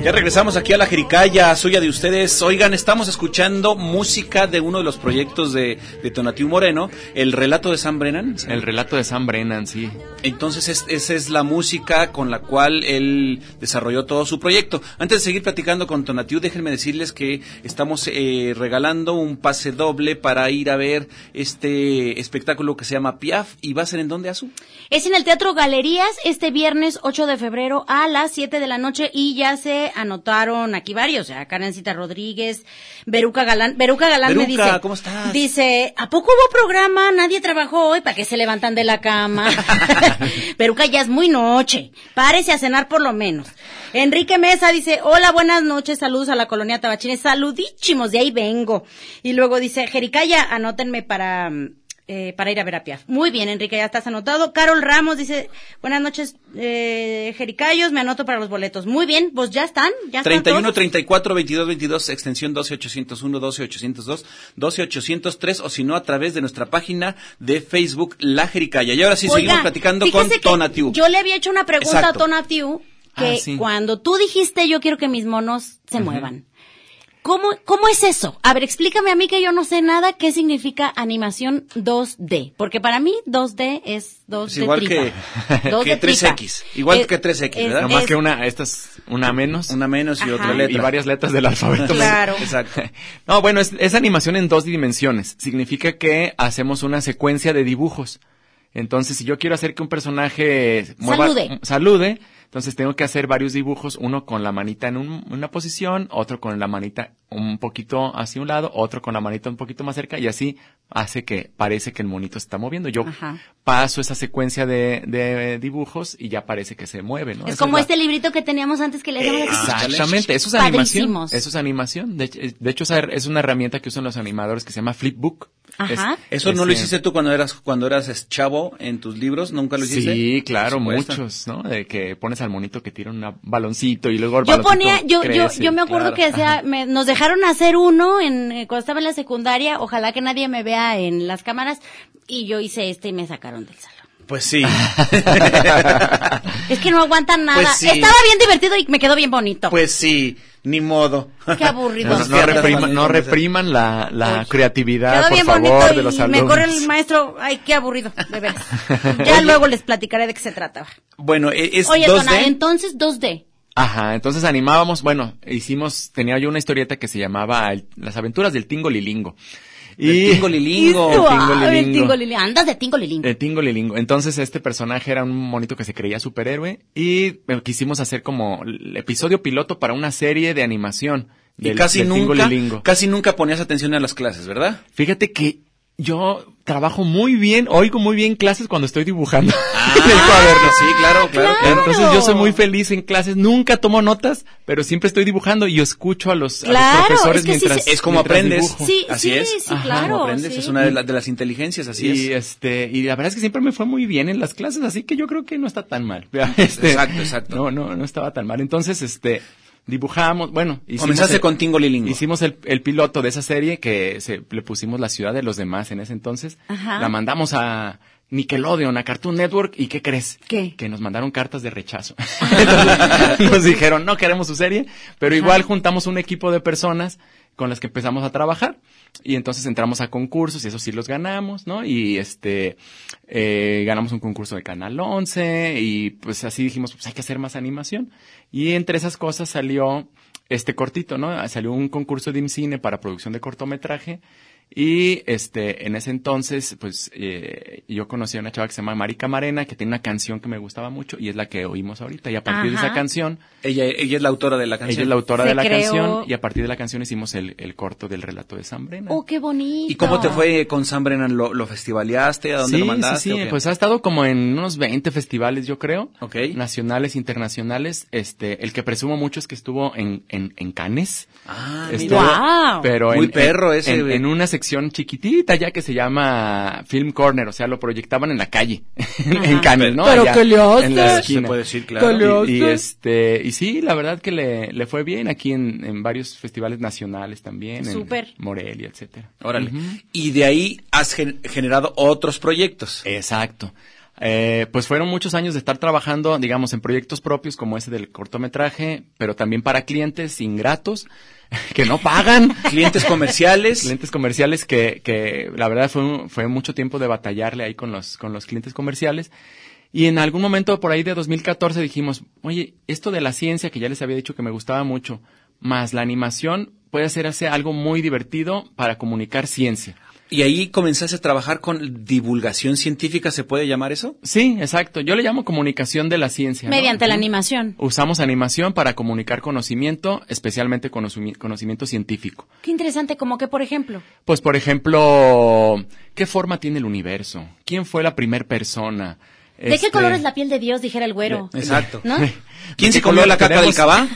[SPEAKER 2] Ya regresamos aquí a la Jericaya, suya de ustedes. Oigan, estamos escuchando música de uno de los proyectos de, de Tonatiu Moreno, el relato de San Brennan.
[SPEAKER 5] El relato de Sam Brennan, sí.
[SPEAKER 2] Entonces, es- esa es la música con la cual él desarrolló todo su proyecto. Antes de seguir platicando con Tonatiu, déjenme decirles que estamos eh, regalando un pase doble para ir a ver este espectáculo que se llama Piaf. ¿Y va a ser en dónde, Azu?
[SPEAKER 3] Es en el Teatro Galerías este viernes 8 de febrero a las 7 de la noche y ya se anotaron aquí varios, ya Karencita Rodríguez, Beruca Galán, Beruca Galán me
[SPEAKER 2] Beruca,
[SPEAKER 3] dice,
[SPEAKER 2] ¿cómo estás?
[SPEAKER 3] Dice, ¿a poco hubo programa? Nadie trabajó hoy, ¿para qué se levantan de la cama? Beruca ya es muy noche, párese a cenar por lo menos. Enrique Mesa dice, hola, buenas noches, saludos a la colonia Tabachines, saludísimos, de ahí vengo. Y luego dice, Jericaya, anótenme para, mm, eh, para ir a ver a Piaf. Muy bien, Enrique, ya estás anotado. Carol Ramos dice, buenas noches, eh, Jericayos, me anoto para los boletos. Muy bien, pues ya están, ya están
[SPEAKER 2] 31,
[SPEAKER 3] todos.
[SPEAKER 2] 34, 22, 22, extensión 12801, 12802, 12803 o si no a través de nuestra página de Facebook La Jericaya. Y ahora sí
[SPEAKER 3] Oiga,
[SPEAKER 2] seguimos platicando con
[SPEAKER 3] fíjese que
[SPEAKER 2] Tonatiu.
[SPEAKER 3] Yo le había hecho una pregunta
[SPEAKER 2] Exacto.
[SPEAKER 3] a Tonatiu que
[SPEAKER 2] Ah, sí.
[SPEAKER 3] cuando tú dijiste yo quiero que mis monos se muevan. ¿Cómo, ¿Cómo es eso? A ver, explícame a mí que yo no sé nada qué significa animación 2D. Porque para mí 2D es
[SPEAKER 2] Es
[SPEAKER 3] 2D.
[SPEAKER 2] Pues igual que,
[SPEAKER 3] tripa. Dos
[SPEAKER 2] que
[SPEAKER 3] de tripa.
[SPEAKER 2] 3X. Igual
[SPEAKER 3] Eh,
[SPEAKER 2] que 3X,
[SPEAKER 3] es-
[SPEAKER 2] ¿verdad?
[SPEAKER 3] Nada más es- que
[SPEAKER 2] una, esta es una menos. Una menos y
[SPEAKER 3] Ajá.
[SPEAKER 2] otra letra.
[SPEAKER 5] Y varias letras del alfabeto.
[SPEAKER 3] Claro.
[SPEAKER 2] Exacto.
[SPEAKER 5] No, bueno, es, es animación en dos dimensiones. Significa que hacemos una secuencia de dibujos. Entonces, si yo quiero hacer que un personaje
[SPEAKER 3] Salude.
[SPEAKER 5] m- salude, entonces tengo que hacer varios dibujos, uno con la manita en un- una posición, otro con la manita un poquito hacia un lado, otro con la manita un poquito más cerca, y así hace que parece que el monito se está moviendo. Yo
[SPEAKER 3] Ajá.
[SPEAKER 5] paso esa secuencia de, de dibujos y ya parece que se mueve, ¿no?
[SPEAKER 3] Es
[SPEAKER 5] Esa
[SPEAKER 3] como
[SPEAKER 5] la-
[SPEAKER 3] este librito que teníamos antes que le decíamos
[SPEAKER 5] Exactamente, eso es animación.
[SPEAKER 3] Padrísimos.
[SPEAKER 5] Eso es animación. De, hecho- de hecho, esa er, es una herramienta que usan los animadores que se llama Flipbook.
[SPEAKER 3] Ajá.
[SPEAKER 2] Eso no lo
[SPEAKER 5] es, eh,
[SPEAKER 2] hiciste tú cuando eras cuando eras es, chavo en tus libros, nunca lo hiciste.
[SPEAKER 5] Sí, claro,
[SPEAKER 2] Por supuesto.
[SPEAKER 5] muchos, ¿no? De que pones al monito que tira un baloncito y luego el
[SPEAKER 3] Yo
[SPEAKER 5] baloncito
[SPEAKER 3] ponía, yo, yo,
[SPEAKER 5] crece,
[SPEAKER 3] yo me acuerdo
[SPEAKER 5] claro.
[SPEAKER 3] que hacía- me- nos dejaron hacer uno en, eh, cuando estaba en la secundaria, ojalá que nadie me vea en las cámaras, y yo hice este y me sacaron del salón.
[SPEAKER 2] Pues sí.
[SPEAKER 3] Es que no aguantan nada.
[SPEAKER 2] Pues sí.
[SPEAKER 3] Estaba bien divertido y me quedó bien bonito.
[SPEAKER 2] pues sí, ni modo.
[SPEAKER 3] Qué aburrido.
[SPEAKER 5] Ah, No, no, no repriman, no repriman la, la creatividad,
[SPEAKER 3] quedó
[SPEAKER 5] por
[SPEAKER 3] bien
[SPEAKER 5] favor,
[SPEAKER 3] bonito
[SPEAKER 5] de
[SPEAKER 3] y
[SPEAKER 5] los
[SPEAKER 3] me corre el
[SPEAKER 5] alumnos.
[SPEAKER 3] maestro. Ay, qué aburrido, de veras. Ya luego les platicaré de qué se trataba.
[SPEAKER 2] Bueno, e- es
[SPEAKER 3] Oye,
[SPEAKER 2] 2D.
[SPEAKER 3] Dona, entonces 2D.
[SPEAKER 5] Ajá, entonces animábamos, bueno, hicimos, tenía yo una historieta que se llamaba el- Las aventuras del Tingo Lilingo. Y,
[SPEAKER 2] El Tingo Lilingo.
[SPEAKER 5] El Tingo
[SPEAKER 3] Ah, el
[SPEAKER 5] Lilingo.
[SPEAKER 3] tingo lilingo. Andas de tingo lilingo.
[SPEAKER 5] De Tingo Lilingo. eh, Entonces, este personaje era un monito que se creía superhéroe y eh, quisimos hacer como el episodio piloto para una serie de animación.
[SPEAKER 2] Y
[SPEAKER 5] del-
[SPEAKER 2] casi
[SPEAKER 5] del Tingo
[SPEAKER 2] nunca,
[SPEAKER 5] Lilingo.
[SPEAKER 2] casi nunca ponías atención a las clases, ¿verdad?
[SPEAKER 5] Fíjate que yo trabajo muy bien, oigo muy bien clases cuando estoy dibujando. en el cuaderno.
[SPEAKER 2] sí, claro, claro, Ah, claro.
[SPEAKER 5] Entonces yo soy muy feliz en clases, nunca tomo notas, pero siempre estoy dibujando y yo escucho a los, a los
[SPEAKER 3] Claro,
[SPEAKER 5] profesores
[SPEAKER 3] es que sí
[SPEAKER 5] mientras
[SPEAKER 3] se-
[SPEAKER 2] Es como
[SPEAKER 5] mientras
[SPEAKER 2] aprendes.
[SPEAKER 5] dibujo.
[SPEAKER 3] Sí,
[SPEAKER 2] así
[SPEAKER 3] sí,
[SPEAKER 2] es.
[SPEAKER 3] sí, claro,
[SPEAKER 2] como aprendes,
[SPEAKER 3] sí.
[SPEAKER 2] es una de, la- de las inteligencias, así es.
[SPEAKER 5] y este y la verdad es que siempre me fue muy bien en las clases así que yo creo que no está tan mal Este,
[SPEAKER 2] Exacto, exacto.
[SPEAKER 5] no no no estaba tan mal entonces este dibujamos bueno hicimos
[SPEAKER 2] Comenzaste
[SPEAKER 5] el-
[SPEAKER 2] con Tingo Lilingo.
[SPEAKER 5] hicimos el, el piloto de esa serie que se, le pusimos la ciudad de los demás en ese entonces
[SPEAKER 3] Ajá.
[SPEAKER 5] la mandamos a Nickelodeon, a Cartoon Network, ¿y qué crees?
[SPEAKER 3] ¿Qué?
[SPEAKER 5] Que nos mandaron cartas de rechazo. Entonces, nos dijeron, no queremos su serie, pero igual juntamos un equipo de personas con las que empezamos a trabajar y entonces entramos a concursos y eso sí los ganamos, ¿no? Y este, eh, ganamos un concurso de Canal 11 y pues así dijimos, pues hay que hacer más animación. Y entre esas cosas salió este cortito, ¿no? Salió un concurso de IMCINE para producción de cortometraje y este, en ese entonces, pues eh, yo conocí a una chava que se llama Mari Camarena, que tiene una canción que me gustaba mucho y es la que oímos ahorita. Y a partir de
[SPEAKER 3] Ajá.
[SPEAKER 5] esa canción,
[SPEAKER 2] Ella, ella es la autora de la canción.
[SPEAKER 5] ella es la autora
[SPEAKER 3] Se
[SPEAKER 5] de la
[SPEAKER 3] creó-
[SPEAKER 5] canción y a partir de la canción hicimos el, el corto del relato de San Brennan.
[SPEAKER 3] Oh, qué bonito.
[SPEAKER 2] ¿Y cómo te fue con San Brennan? ¿Lo, lo festivaleaste? ¿A dónde
[SPEAKER 5] sí,
[SPEAKER 2] lo mandaste?
[SPEAKER 5] Sí,
[SPEAKER 2] o
[SPEAKER 5] sí,
[SPEAKER 2] qué?
[SPEAKER 5] pues ah, ha estado como en unos 20 festivales, yo creo.
[SPEAKER 2] Ok.
[SPEAKER 5] Nacionales, internacionales. Este, el que presumo mucho es que estuvo en, en, en Canes.
[SPEAKER 2] Ah,
[SPEAKER 5] Estuvo,
[SPEAKER 2] mira.
[SPEAKER 3] Guau.
[SPEAKER 5] Este, Pero
[SPEAKER 2] Muy
[SPEAKER 5] en,
[SPEAKER 2] perro
[SPEAKER 5] en-
[SPEAKER 2] ese,
[SPEAKER 5] En,
[SPEAKER 2] güey.
[SPEAKER 5] en una sección chiquitita ya que se llama Film Corner, o sea, lo proyectaban en la calle, en, en Cannes, ¿no?
[SPEAKER 3] Pero
[SPEAKER 5] Allá,
[SPEAKER 3] ¿qué le
[SPEAKER 5] En la
[SPEAKER 3] haces?
[SPEAKER 5] esquina.
[SPEAKER 2] Se puede decir, claro.
[SPEAKER 5] Y- Y, este, y sí, la verdad que le, le fue bien aquí en, en varios festivales nacionales también. en
[SPEAKER 3] Súper.
[SPEAKER 5] Morelia, etcétera.
[SPEAKER 2] Órale. Y de ahí has gen- generado otros proyectos.
[SPEAKER 5] Exacto. Eh, pues fueron muchos años de estar trabajando, digamos, en proyectos propios como ese del cortometraje, pero también para clientes ingratos que no pagan.
[SPEAKER 2] Clientes comerciales.
[SPEAKER 5] clientes comerciales que, que la verdad fue, un- fue mucho tiempo de batallarle ahí con los, con los clientes comerciales. Y en algún momento por ahí de 2014 dijimos, oye, esto de la ciencia que ya les había dicho que me gustaba mucho, más la animación puede hacerse algo muy divertido para comunicar ciencia.
[SPEAKER 2] y ahí comenzaste a trabajar con divulgación científica, ¿se puede llamar eso?
[SPEAKER 5] Sí, exacto. Yo le llamo comunicación de la ciencia. ¿no?
[SPEAKER 3] Mediante la
[SPEAKER 5] Ujú.
[SPEAKER 3] animación.
[SPEAKER 5] Usamos animación para comunicar conocimiento, especialmente conocimi- conocimiento científico.
[SPEAKER 3] Qué interesante, como que, por ejemplo.
[SPEAKER 5] Pues, por ejemplo, ¿qué forma tiene el universo? ¿Quién fue la primer persona? Este,
[SPEAKER 3] ¿De qué color es la piel de Dios? Dijera el güero.
[SPEAKER 2] Exacto.
[SPEAKER 3] ¿No?
[SPEAKER 2] ¿Quién
[SPEAKER 5] ¿De
[SPEAKER 2] se
[SPEAKER 5] qué
[SPEAKER 2] comió
[SPEAKER 5] color
[SPEAKER 2] la caca
[SPEAKER 5] tenemos?
[SPEAKER 2] del cabá?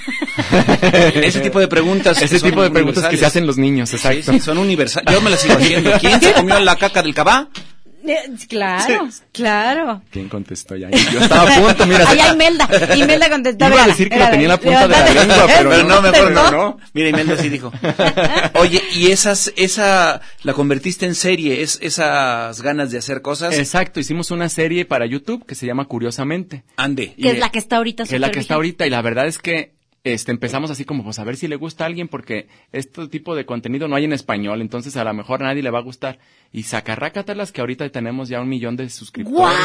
[SPEAKER 2] Ese tipo de preguntas. que
[SPEAKER 5] Ese
[SPEAKER 2] son
[SPEAKER 5] tipo de preguntas que
[SPEAKER 2] universales.
[SPEAKER 5] se hacen los niños,
[SPEAKER 2] Sí,
[SPEAKER 5] exacto.
[SPEAKER 2] sí, son universales. Yo me las sigo haciendo. ¿Quién se comió la caca del cabá?
[SPEAKER 11] Eh, Claro, claro.
[SPEAKER 5] ¿Quién contestó ya? Yo estaba a punto, mira.
[SPEAKER 11] Allá Imelda. Imelda contestaba.
[SPEAKER 5] Iba a decir que lo tenía en la punta de la
[SPEAKER 2] Levantate.
[SPEAKER 5] lengua, pero,
[SPEAKER 2] Pero no, mejor no.
[SPEAKER 5] no.
[SPEAKER 2] Mira, Imelda sí dijo. Oye, y esas, esa, la convertiste en serie, es, esas ganas de hacer cosas.
[SPEAKER 5] Exacto, hicimos una serie para YouTube que se llama Curiosamente.
[SPEAKER 2] Ande.
[SPEAKER 3] Que es la que está ahorita
[SPEAKER 5] Que es la que
[SPEAKER 3] supervigente.
[SPEAKER 5] está ahorita y la verdad es que este, empezamos así como pues a ver si le gusta a alguien porque este tipo de contenido no hay en español, entonces a lo mejor a nadie le va a gustar. Y sacarrácatelas que ahorita tenemos ya un millón de suscriptores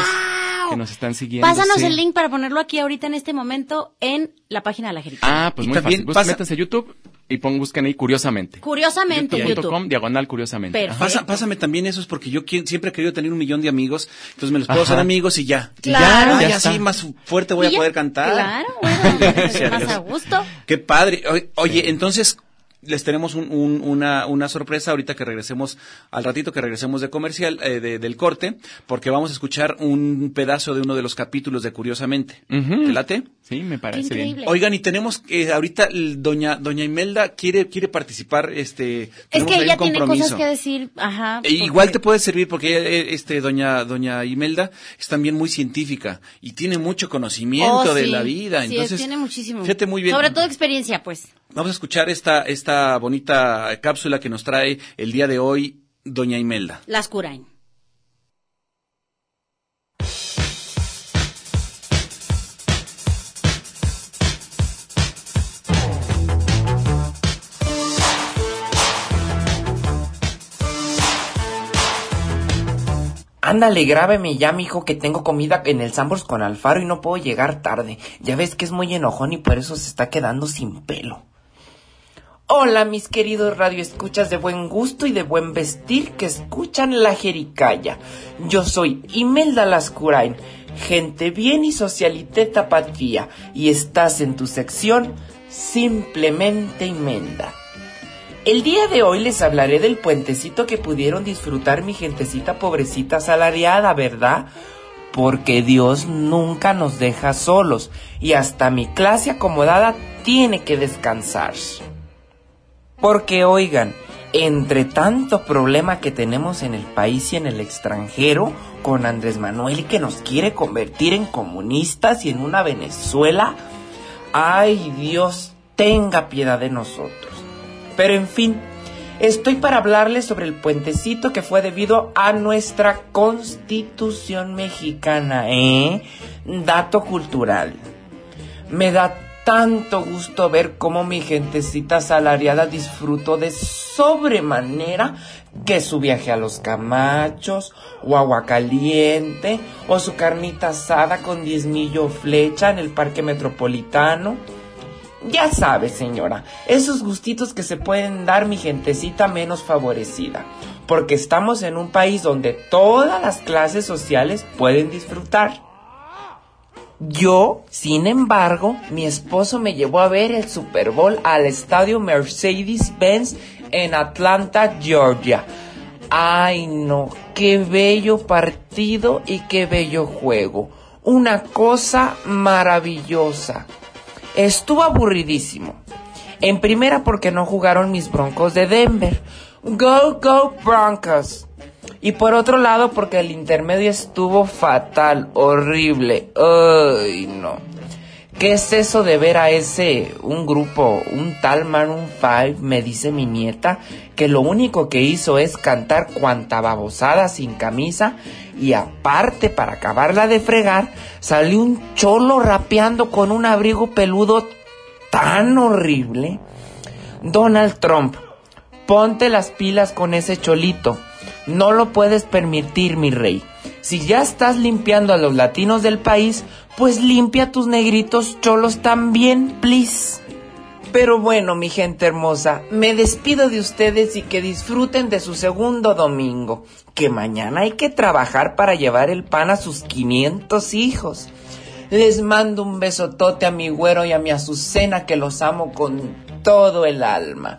[SPEAKER 5] que nos están siguiendo.
[SPEAKER 3] Pásanos
[SPEAKER 5] sí.
[SPEAKER 3] el link para ponerlo aquí ahorita en este momento en la página de la Jerica.
[SPEAKER 5] Ah, pues
[SPEAKER 2] Y
[SPEAKER 5] muy
[SPEAKER 2] también
[SPEAKER 5] fácil. Bus-
[SPEAKER 2] pasa-
[SPEAKER 5] Métanse a YouTube y pon, busquen ahí curiosamente.
[SPEAKER 3] Curiosamente, en YouTube.
[SPEAKER 5] YouTube.com, diagonal curiosamente.
[SPEAKER 3] Perfecto.
[SPEAKER 2] Pasa- pásame también esos porque yo quie- siempre he querido tener un millón de amigos, entonces me los puedo hacer
[SPEAKER 5] Ajá.
[SPEAKER 2] amigos y ya. Y
[SPEAKER 5] Claro.
[SPEAKER 2] ya, ya,
[SPEAKER 5] Ya
[SPEAKER 2] así
[SPEAKER 5] está.
[SPEAKER 2] más fuerte voy
[SPEAKER 3] Y
[SPEAKER 2] a
[SPEAKER 3] ya,
[SPEAKER 2] poder cantar.
[SPEAKER 3] Claro, bueno, pues,
[SPEAKER 2] Sí,
[SPEAKER 3] más
[SPEAKER 2] adiós.
[SPEAKER 3] a gusto.
[SPEAKER 2] Qué padre. O- Oye, entonces les tenemos un- un- una, una sorpresa ahorita que regresemos, al ratito que regresemos de comercial, eh, de- del corte, porque vamos a escuchar un pedazo de uno de los capítulos de Curiosamente.
[SPEAKER 5] Ujú.
[SPEAKER 2] ¿Te late?
[SPEAKER 5] Ah, Sí, me parece
[SPEAKER 3] Qué
[SPEAKER 5] bien.
[SPEAKER 3] increíble.
[SPEAKER 2] Oigan, y tenemos eh, ahorita l- doña doña Imelda quiere quiere participar, este
[SPEAKER 3] Es
[SPEAKER 2] tenemos
[SPEAKER 3] que
[SPEAKER 2] ahí
[SPEAKER 3] ella
[SPEAKER 2] un
[SPEAKER 3] tiene
[SPEAKER 2] compromiso.
[SPEAKER 3] cosas que decir, ajá.
[SPEAKER 2] E igual
[SPEAKER 3] porque- Oh,
[SPEAKER 2] te puede servir porque ella, eh, este doña doña Imelda es también muy científica y tiene mucho conocimiento
[SPEAKER 3] Oh,
[SPEAKER 2] de
[SPEAKER 3] sí,
[SPEAKER 2] la vida,
[SPEAKER 3] sí,
[SPEAKER 2] entonces
[SPEAKER 3] tiene muchísimo.
[SPEAKER 2] Fíjate muy bien.
[SPEAKER 3] Sobre todo experiencia, pues.
[SPEAKER 2] Vamos a escuchar esta esta bonita cápsula que nos trae el día de hoy doña Imelda.
[SPEAKER 3] Las curain.
[SPEAKER 12] Ándale, grábeme ya, mijo, que tengo comida en el Sambors con Alfaro y no puedo llegar tarde. Ya ves que es muy enojón y por eso se está quedando sin pelo. Hola, mis queridos radioescuchas de buen gusto y de buen vestir que escuchan la jericaya. Yo soy Imelda Lascurain, gente bien y socialité tapatía, y estás en tu sección Simplemente Imelda. El día de hoy les hablaré del puentecito que pudieron disfrutar mi gentecita pobrecita asalariada, ¿verdad? Porque Dios nunca nos deja solos y hasta mi clase acomodada tiene que descansar. Porque oigan, entre tanto problema que tenemos en el país y en el extranjero, con Andrés Manuel que nos quiere convertir en comunistas y en una Venezuela, ay Dios, tenga piedad de nosotros. Pero en fin, estoy para hablarles sobre el puentecito que fue debido a nuestra constitución mexicana, ¿eh? Dato cultural. Me da tanto gusto ver cómo mi gentecita asalariada disfrutó de sobremanera que su viaje a los camachos, o agua caliente, o su carnita asada con diezmillo o flecha en el parque metropolitano. Ya sabe, señora, esos gustitos que se pueden dar mi gentecita menos favorecida, porque estamos en un país donde todas las clases sociales pueden disfrutar. Yo, sin embargo, mi esposo me llevó a ver el Super Bowl al estadio Mercedes-Benz en Atlanta, Georgia. Ay, no, qué bello partido y qué bello juego. Una cosa maravillosa. Estuvo aburridísimo. En primera porque no jugaron mis Broncos de Denver. Go, go, Broncos. Y por otro lado porque el intermedio estuvo fatal, horrible. Ay, no. ¿Qué es eso de ver a ese, un grupo, un tal Maroon 5, me dice mi nieta, que lo único que hizo es cantar cuanta babosada sin camisa y aparte para acabarla de fregar, salió un cholo rapeando con un abrigo peludo tan horrible? Donald Trump, ponte las pilas con ese cholito. No lo puedes permitir, mi rey. Si ya estás limpiando a los latinos del país, pues limpia a tus negritos cholos también, please. Pero bueno, mi gente hermosa, me despido de ustedes y que disfruten de su segundo domingo, que mañana hay que trabajar para llevar el pan a sus 500 hijos. Les mando un besotote a mi güero y a mi Azucena que los amo con todo el alma.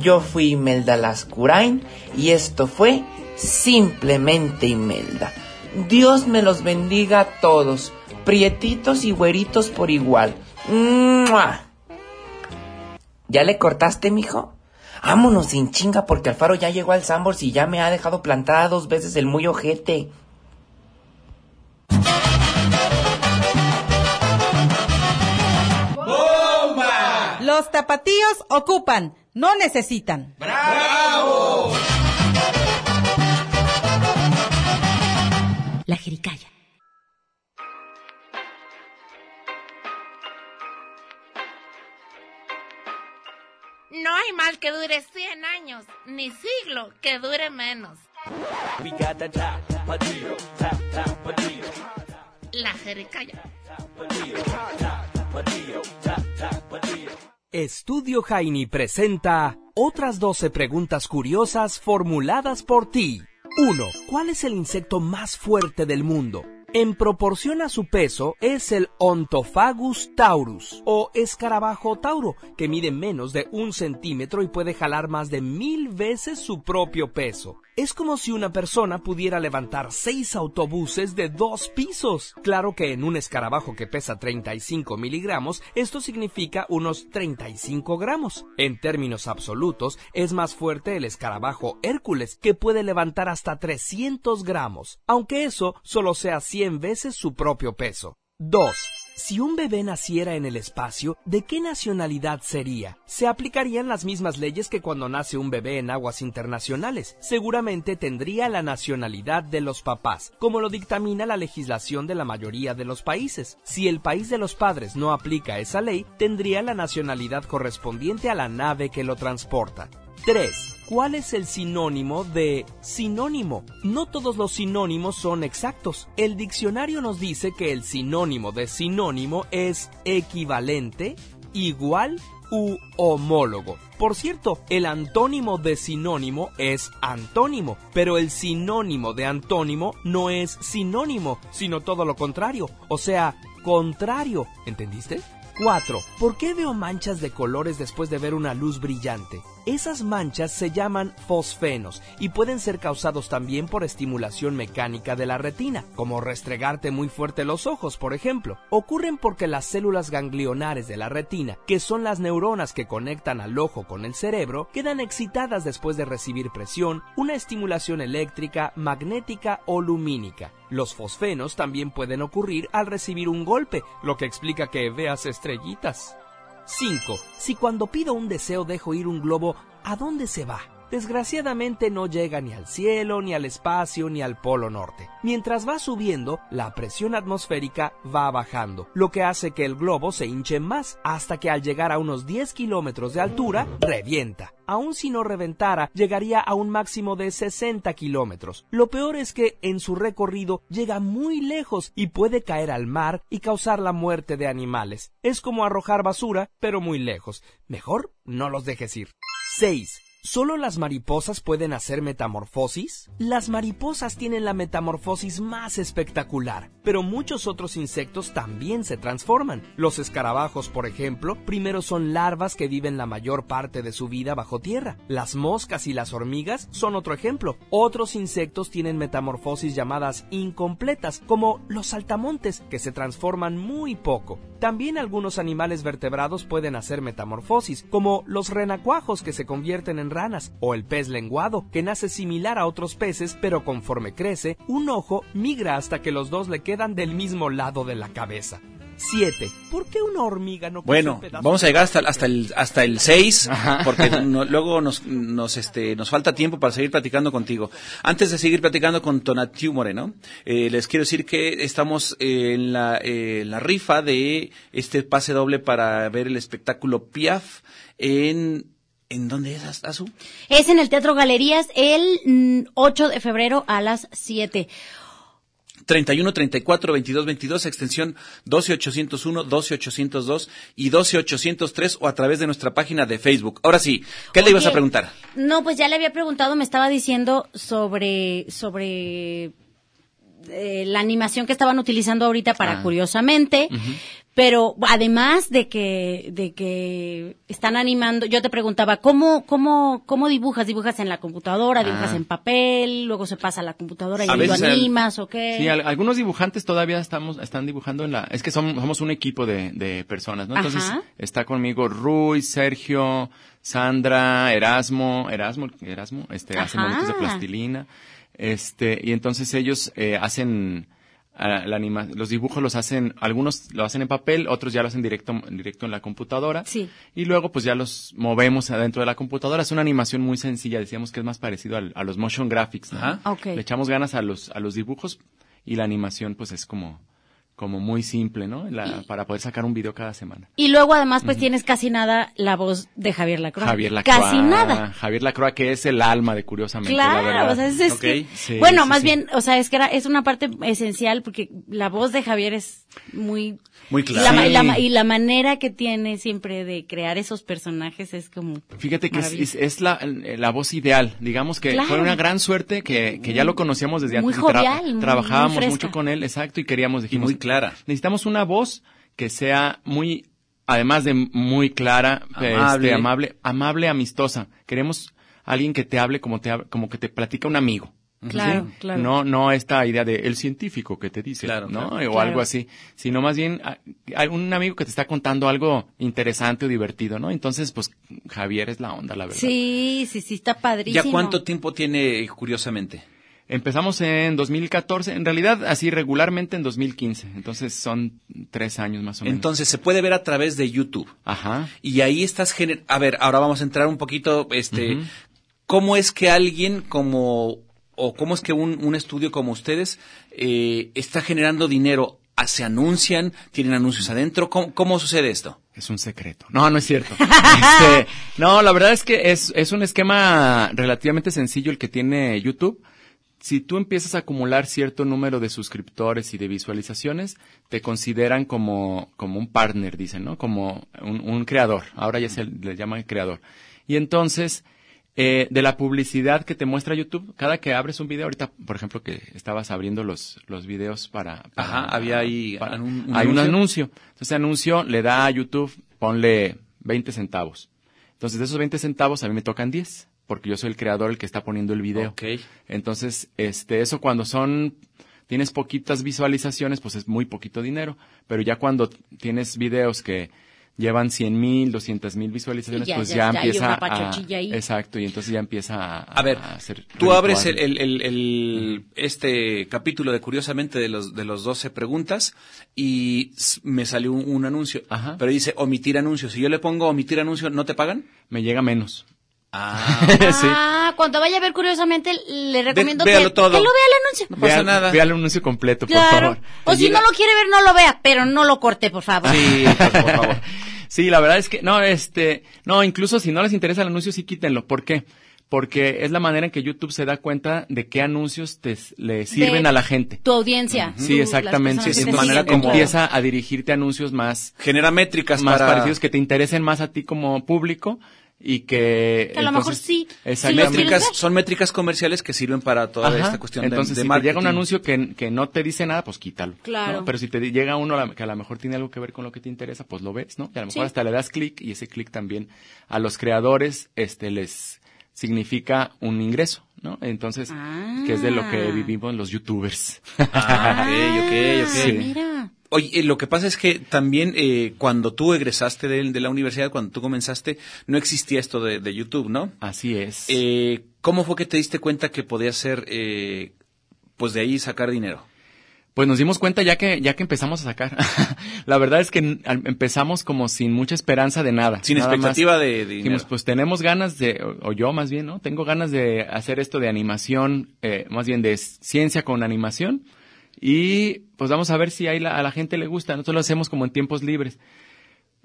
[SPEAKER 12] Yo fui Imelda Lascurain y esto fue simplemente Imelda. Dios me los bendiga a todos, prietitos y güeritos por igual. ¡Mua! ¿Ya le cortaste, mijo? Vámonos en chinga porque Alfaro ya llegó al Sambors y ya me ha dejado plantada dos veces el muy ojete.
[SPEAKER 2] ¡Bomba!
[SPEAKER 11] Los tapatíos ocupan, no necesitan.
[SPEAKER 2] ¡Bravo!
[SPEAKER 8] La jericaya.
[SPEAKER 13] No hay mal que dure 100 años, ni siglo que dure menos. La jericaya.
[SPEAKER 14] Estudio Jaini presenta otras 12 preguntas curiosas formuladas por ti. 1. ¿Cuál es el insecto más fuerte del mundo? En proporción a su peso es el Ontophagus taurus o escarabajo tauro, que mide menos de un centímetro y puede jalar más de mil veces su propio peso. Es como si una persona pudiera levantar seis autobuses de dos pisos. Claro que en un escarabajo que pesa 35 miligramos, esto significa unos 35 gramos. En términos absolutos, es más fuerte el escarabajo Hércules, que puede levantar hasta 300 gramos, aunque eso solo sea 100 veces su propio peso. 2. Si un bebé naciera en el espacio, ¿de qué nacionalidad sería? Se aplicarían las mismas leyes que cuando nace un bebé en aguas internacionales. Seguramente tendría la nacionalidad de los papás, como lo dictamina la legislación de la mayoría de los países. Si el país de los padres no aplica esa ley, tendría la nacionalidad correspondiente a la nave que lo transporta. 3. ¿Cuál es el sinónimo de sinónimo? No todos los sinónimos son exactos. El diccionario nos dice que el sinónimo de sinónimo es equivalente, igual u homólogo. Por cierto, el antónimo de sinónimo es antónimo, pero el sinónimo de antónimo no es sinónimo, sino todo lo contrario, o sea, contrario. ¿Entendiste? 4. ¿Por qué veo manchas de colores después de ver una luz brillante? Esas manchas se llaman fosfenos y pueden ser causados también por estimulación mecánica de la retina, como restregarte muy fuerte los ojos, por ejemplo. Ocurren porque las células ganglionares de la retina, que son las neuronas que conectan al ojo con el cerebro, quedan excitadas después de recibir presión, una estimulación eléctrica, magnética o lumínica. Los fosfenos también pueden ocurrir al recibir un golpe, lo que explica que veas estrellitas. 5. Si cuando pido un deseo dejo ir un globo, ¿a dónde se va? Desgraciadamente no llega ni al cielo, ni al espacio, ni al polo norte. Mientras va subiendo, la presión atmosférica va bajando, lo que hace que el globo se hinche más hasta que al llegar a unos 10 kilómetros de altura, revienta. Aun si no reventara, llegaría a un máximo de 60 kilómetros. Lo peor es que en su recorrido llega muy lejos y puede caer al mar y causar la muerte de animales. Es como arrojar basura, pero muy lejos. Mejor no los dejes ir. 6. ¿Solo las mariposas pueden hacer metamorfosis? Las mariposas tienen la metamorfosis más espectacular, pero muchos otros insectos también se transforman. Los escarabajos, por ejemplo, primero son larvas que viven la mayor parte de su vida bajo tierra. Las moscas y las hormigas son otro ejemplo. Otros insectos tienen metamorfosis llamadas incompletas, como los saltamontes, que se transforman muy poco. También algunos animales vertebrados pueden hacer metamorfosis, como los renacuajos que se convierten en ranas, o el pez lenguado, que nace similar a otros peces, pero conforme crece, un ojo migra hasta que los dos le quedan del mismo lado de la cabeza. 7. ¿Por qué una hormiga no
[SPEAKER 12] pues,
[SPEAKER 2] Bueno, vamos a llegar hasta, hasta el hasta el 6 porque no- luego nos nos este nos falta tiempo para seguir platicando contigo. Antes de seguir platicando con Tonatiu Moreno, eh, les quiero decir que estamos eh, en la eh, en la rifa de este pase doble para ver el espectáculo Piaf en ¿En dónde es Azu?
[SPEAKER 3] Es en el Teatro Galerías el mm, 8 de febrero a las 7.
[SPEAKER 2] 31 34 22 22 extensión 12801, 12802 y 12803 o a través de nuestra página de Facebook. Ahora sí, ¿qué le ibas
[SPEAKER 3] Oye.
[SPEAKER 2] a preguntar?
[SPEAKER 3] No, pues ya le había preguntado, me estaba diciendo sobre sobre eh, la animación que estaban utilizando ahorita para
[SPEAKER 15] Ah.
[SPEAKER 3] curiosamente, pero además de que de que están animando, yo te preguntaba cómo cómo cómo dibujas, dibujas en la computadora, dibujas
[SPEAKER 5] Ah.
[SPEAKER 3] en papel, luego se pasa a la computadora y
[SPEAKER 5] A
[SPEAKER 3] lo
[SPEAKER 5] veces el-
[SPEAKER 3] animas o qué?
[SPEAKER 5] Sí, al- algunos dibujantes todavía estamos, están dibujando en la... Es que som- somos un equipo de, de personas, ¿no? Entonces
[SPEAKER 3] Ajá.
[SPEAKER 5] está conmigo Rui, Sergio, Sandra, Erasmo, Erasmo, Erasmo, este, hace
[SPEAKER 15] Ajá.
[SPEAKER 5] monitos de plastilina. Este, y entonces ellos eh, hacen ah, la anima- los dibujos los hacen, algunos lo hacen en papel, otros ya lo hacen directo, directo en la computadora. Y luego pues ya los movemos adentro de la computadora. Es una animación muy sencilla, decíamos que es más parecido al- a los motion graphics. ¿no?
[SPEAKER 2] Ajá. Ok.
[SPEAKER 5] Le echamos ganas a los, a los dibujos y la animación pues es como, como muy simple, ¿no? La- para poder sacar un video cada semana.
[SPEAKER 3] Y luego además pues
[SPEAKER 5] Ujú.
[SPEAKER 3] tienes casi nada la voz de Javier Lacroix.
[SPEAKER 5] Javier Lacroix.
[SPEAKER 3] Casi nada.
[SPEAKER 5] Javier Lacroix, que es el alma de Curiosamente, la
[SPEAKER 3] Claro,
[SPEAKER 5] verdad.
[SPEAKER 3] o sea, es, es
[SPEAKER 5] Ok.
[SPEAKER 3] que-
[SPEAKER 5] Sí,
[SPEAKER 3] bueno,
[SPEAKER 5] sí,
[SPEAKER 3] más
[SPEAKER 5] sí.
[SPEAKER 3] bien, o sea, es que era- es una parte esencial porque la voz de Javier es muy
[SPEAKER 5] Muy
[SPEAKER 3] y la
[SPEAKER 5] clara.
[SPEAKER 3] ma- y la ma-
[SPEAKER 5] Sí.
[SPEAKER 3] y la manera que tiene siempre de crear esos personajes es como
[SPEAKER 5] Fíjate que es, es-
[SPEAKER 3] Maravilloso.
[SPEAKER 5] es la, la voz ideal. Digamos que
[SPEAKER 3] Claro.
[SPEAKER 5] fue una gran suerte que, que ya lo conocíamos desde
[SPEAKER 3] Muy
[SPEAKER 5] antes. y tra-
[SPEAKER 3] jovial, muy- muy
[SPEAKER 5] trabajábamos
[SPEAKER 3] fresca.
[SPEAKER 5] mucho con él, exacto, y queríamos, dijimos.
[SPEAKER 2] muy clara.
[SPEAKER 5] Necesitamos una voz que sea muy, además de muy clara, este,
[SPEAKER 2] Amable.
[SPEAKER 5] amable, amable, amistosa. Queremos alguien que te hable como, te, hab- como que te platica un amigo.
[SPEAKER 2] Claro, claro.
[SPEAKER 5] No, no esta idea de el científico que te dice,
[SPEAKER 2] claro.
[SPEAKER 5] ¿no? o
[SPEAKER 2] Claro.
[SPEAKER 5] algo así, sino más bien a- algún amigo que te está contando algo interesante o divertido, ¿no? Entonces, pues Javier es la onda, la verdad.
[SPEAKER 3] Sí, sí, sí, está
[SPEAKER 2] ¿Ya
[SPEAKER 3] padrísimo. Ah,
[SPEAKER 2] cuánto tiempo tiene, eh, curiosamente?
[SPEAKER 5] Empezamos en 2014, en realidad así regularmente en 2015, entonces son tres años más o menos.
[SPEAKER 2] Entonces se puede ver a través de YouTube.
[SPEAKER 5] Ajá.
[SPEAKER 2] Y ahí estás gener- A ver, ahora vamos a entrar un poquito, este, cómo es que alguien como o cómo es que un, un estudio como ustedes eh, está generando dinero. Ah, ¿Se anuncian? ¿Tienen anuncios adentro? ¿Cómo, cómo sucede esto?
[SPEAKER 5] Es un secreto. No, no es cierto. Este, no, la verdad es que es, es un esquema relativamente sencillo el que tiene YouTube. Si tú empiezas a acumular cierto número de suscriptores y de visualizaciones, te consideran como, como un partner, dicen, ¿no? Como un, un creador. Ahora ya se le llama creador. Y entonces, eh, de la publicidad que te muestra YouTube, cada que abres un video, ahorita, por ejemplo, que estabas abriendo los, los videos para, para-
[SPEAKER 2] Ajá, había ahí
[SPEAKER 5] para-
[SPEAKER 2] anun- un
[SPEAKER 5] hay un
[SPEAKER 2] anuncio.
[SPEAKER 5] anuncio. Entonces, ese anuncio le da a YouTube, ponle 20 centavos. Entonces, de esos 20 centavos a mí me tocan 10, porque yo soy el creador el que está poniendo el video. Entonces, este, eso cuando son, tienes poquitas visualizaciones, pues es muy poquito dinero. Pero ya cuando tienes videos que llevan 100 mil, 200 mil visualizaciones,
[SPEAKER 2] Sí, ya,
[SPEAKER 5] pues
[SPEAKER 2] ya,
[SPEAKER 5] ya,
[SPEAKER 2] ya hay
[SPEAKER 5] empieza
[SPEAKER 2] una
[SPEAKER 5] a,
[SPEAKER 2] pachochilla ahí.
[SPEAKER 5] exacto, y entonces ya empieza a,
[SPEAKER 2] A ver,
[SPEAKER 5] ser
[SPEAKER 2] Tú
[SPEAKER 5] redituable.
[SPEAKER 2] abres el, el- el- el- este capítulo de Curiosamente de los, de los 12 preguntas y s- me salió un, un anuncio. Pero dice omitir anuncio. Si yo le pongo omitir anuncio, ¿no te pagan?
[SPEAKER 5] Me llega menos.
[SPEAKER 2] Ah,
[SPEAKER 5] sí.
[SPEAKER 3] Ah, cuando vaya a ver curiosamente le recomiendo que,
[SPEAKER 5] véalo todo.
[SPEAKER 3] que lo vea el anuncio.
[SPEAKER 5] Vean- vean el anuncio completo, por
[SPEAKER 3] Claro.
[SPEAKER 5] favor.
[SPEAKER 3] O si no lo quiere ver no lo vea, pero no lo corte, por favor.
[SPEAKER 5] Sí,
[SPEAKER 2] pues,
[SPEAKER 5] por favor. Sí, la verdad es que, no, este, no, incluso si no les interesa el anuncio, sí quítenlo. ¿Por qué? Porque es la manera en que YouTube se da cuenta de qué anucios te, le sirven
[SPEAKER 3] De
[SPEAKER 5] a la gente.
[SPEAKER 3] Tu audiencia.
[SPEAKER 5] Sí,
[SPEAKER 3] tu-
[SPEAKER 5] exactamente.
[SPEAKER 2] personas que
[SPEAKER 5] Sí,
[SPEAKER 2] te
[SPEAKER 5] entonces
[SPEAKER 2] siguen.
[SPEAKER 5] como empieza a dirigirte anuncios más
[SPEAKER 2] genera métricas
[SPEAKER 5] más
[SPEAKER 2] para-
[SPEAKER 5] parecidos que te interesen más a ti como público y que,
[SPEAKER 3] Que a lo mejor sí,
[SPEAKER 2] Son métricas,
[SPEAKER 5] Exactamente.
[SPEAKER 2] son métricas comerciales que sirven para toda
[SPEAKER 5] Ajá.
[SPEAKER 2] esta cuestión de-
[SPEAKER 5] Entonces,
[SPEAKER 2] de,
[SPEAKER 5] si te
[SPEAKER 2] marketing.
[SPEAKER 5] llega un anuncio que, que no te dice nada, pues quítalo. ¿no?
[SPEAKER 2] Claro.
[SPEAKER 5] Pero si te di- llega uno a la- que a lo mejor tiene algo que ver con lo que te interesa, pues lo ves, ¿no? Y a lo mejor
[SPEAKER 2] Sí.
[SPEAKER 5] hasta le das clic y ese clic también a los creadores este les significa un ingreso, ¿no? Entonces, que es de lo que vivimos los youtubers.
[SPEAKER 2] Ah, ok, ok, ok.
[SPEAKER 5] Sí.
[SPEAKER 3] Mira.
[SPEAKER 2] Oye, eh, lo que pasa es que también eh, cuando tú egresaste de, de la universidad, cuando tú comenzaste, no existía esto de, de YouTube, ¿no?
[SPEAKER 5] Así es.
[SPEAKER 2] Eh, ¿Cómo fue que te diste cuenta que podías ser, eh, pues de ahí sacar dinero?
[SPEAKER 5] Pues nos dimos cuenta ya que ya que empezamos a sacar. la verdad es que n- al- empezamos como sin mucha esperanza de nada.
[SPEAKER 2] Sin
[SPEAKER 5] Nada más
[SPEAKER 2] expectativa de, de dinero.
[SPEAKER 5] Dijimos, pues tenemos ganas de, o, o yo más bien, ¿no? Tengo ganas de hacer esto de animación, eh, más bien de s- ciencia con animación. Y pues vamos a ver si ahí la- a la gente le gusta. Nosotros lo hacemos como en tiempos libres.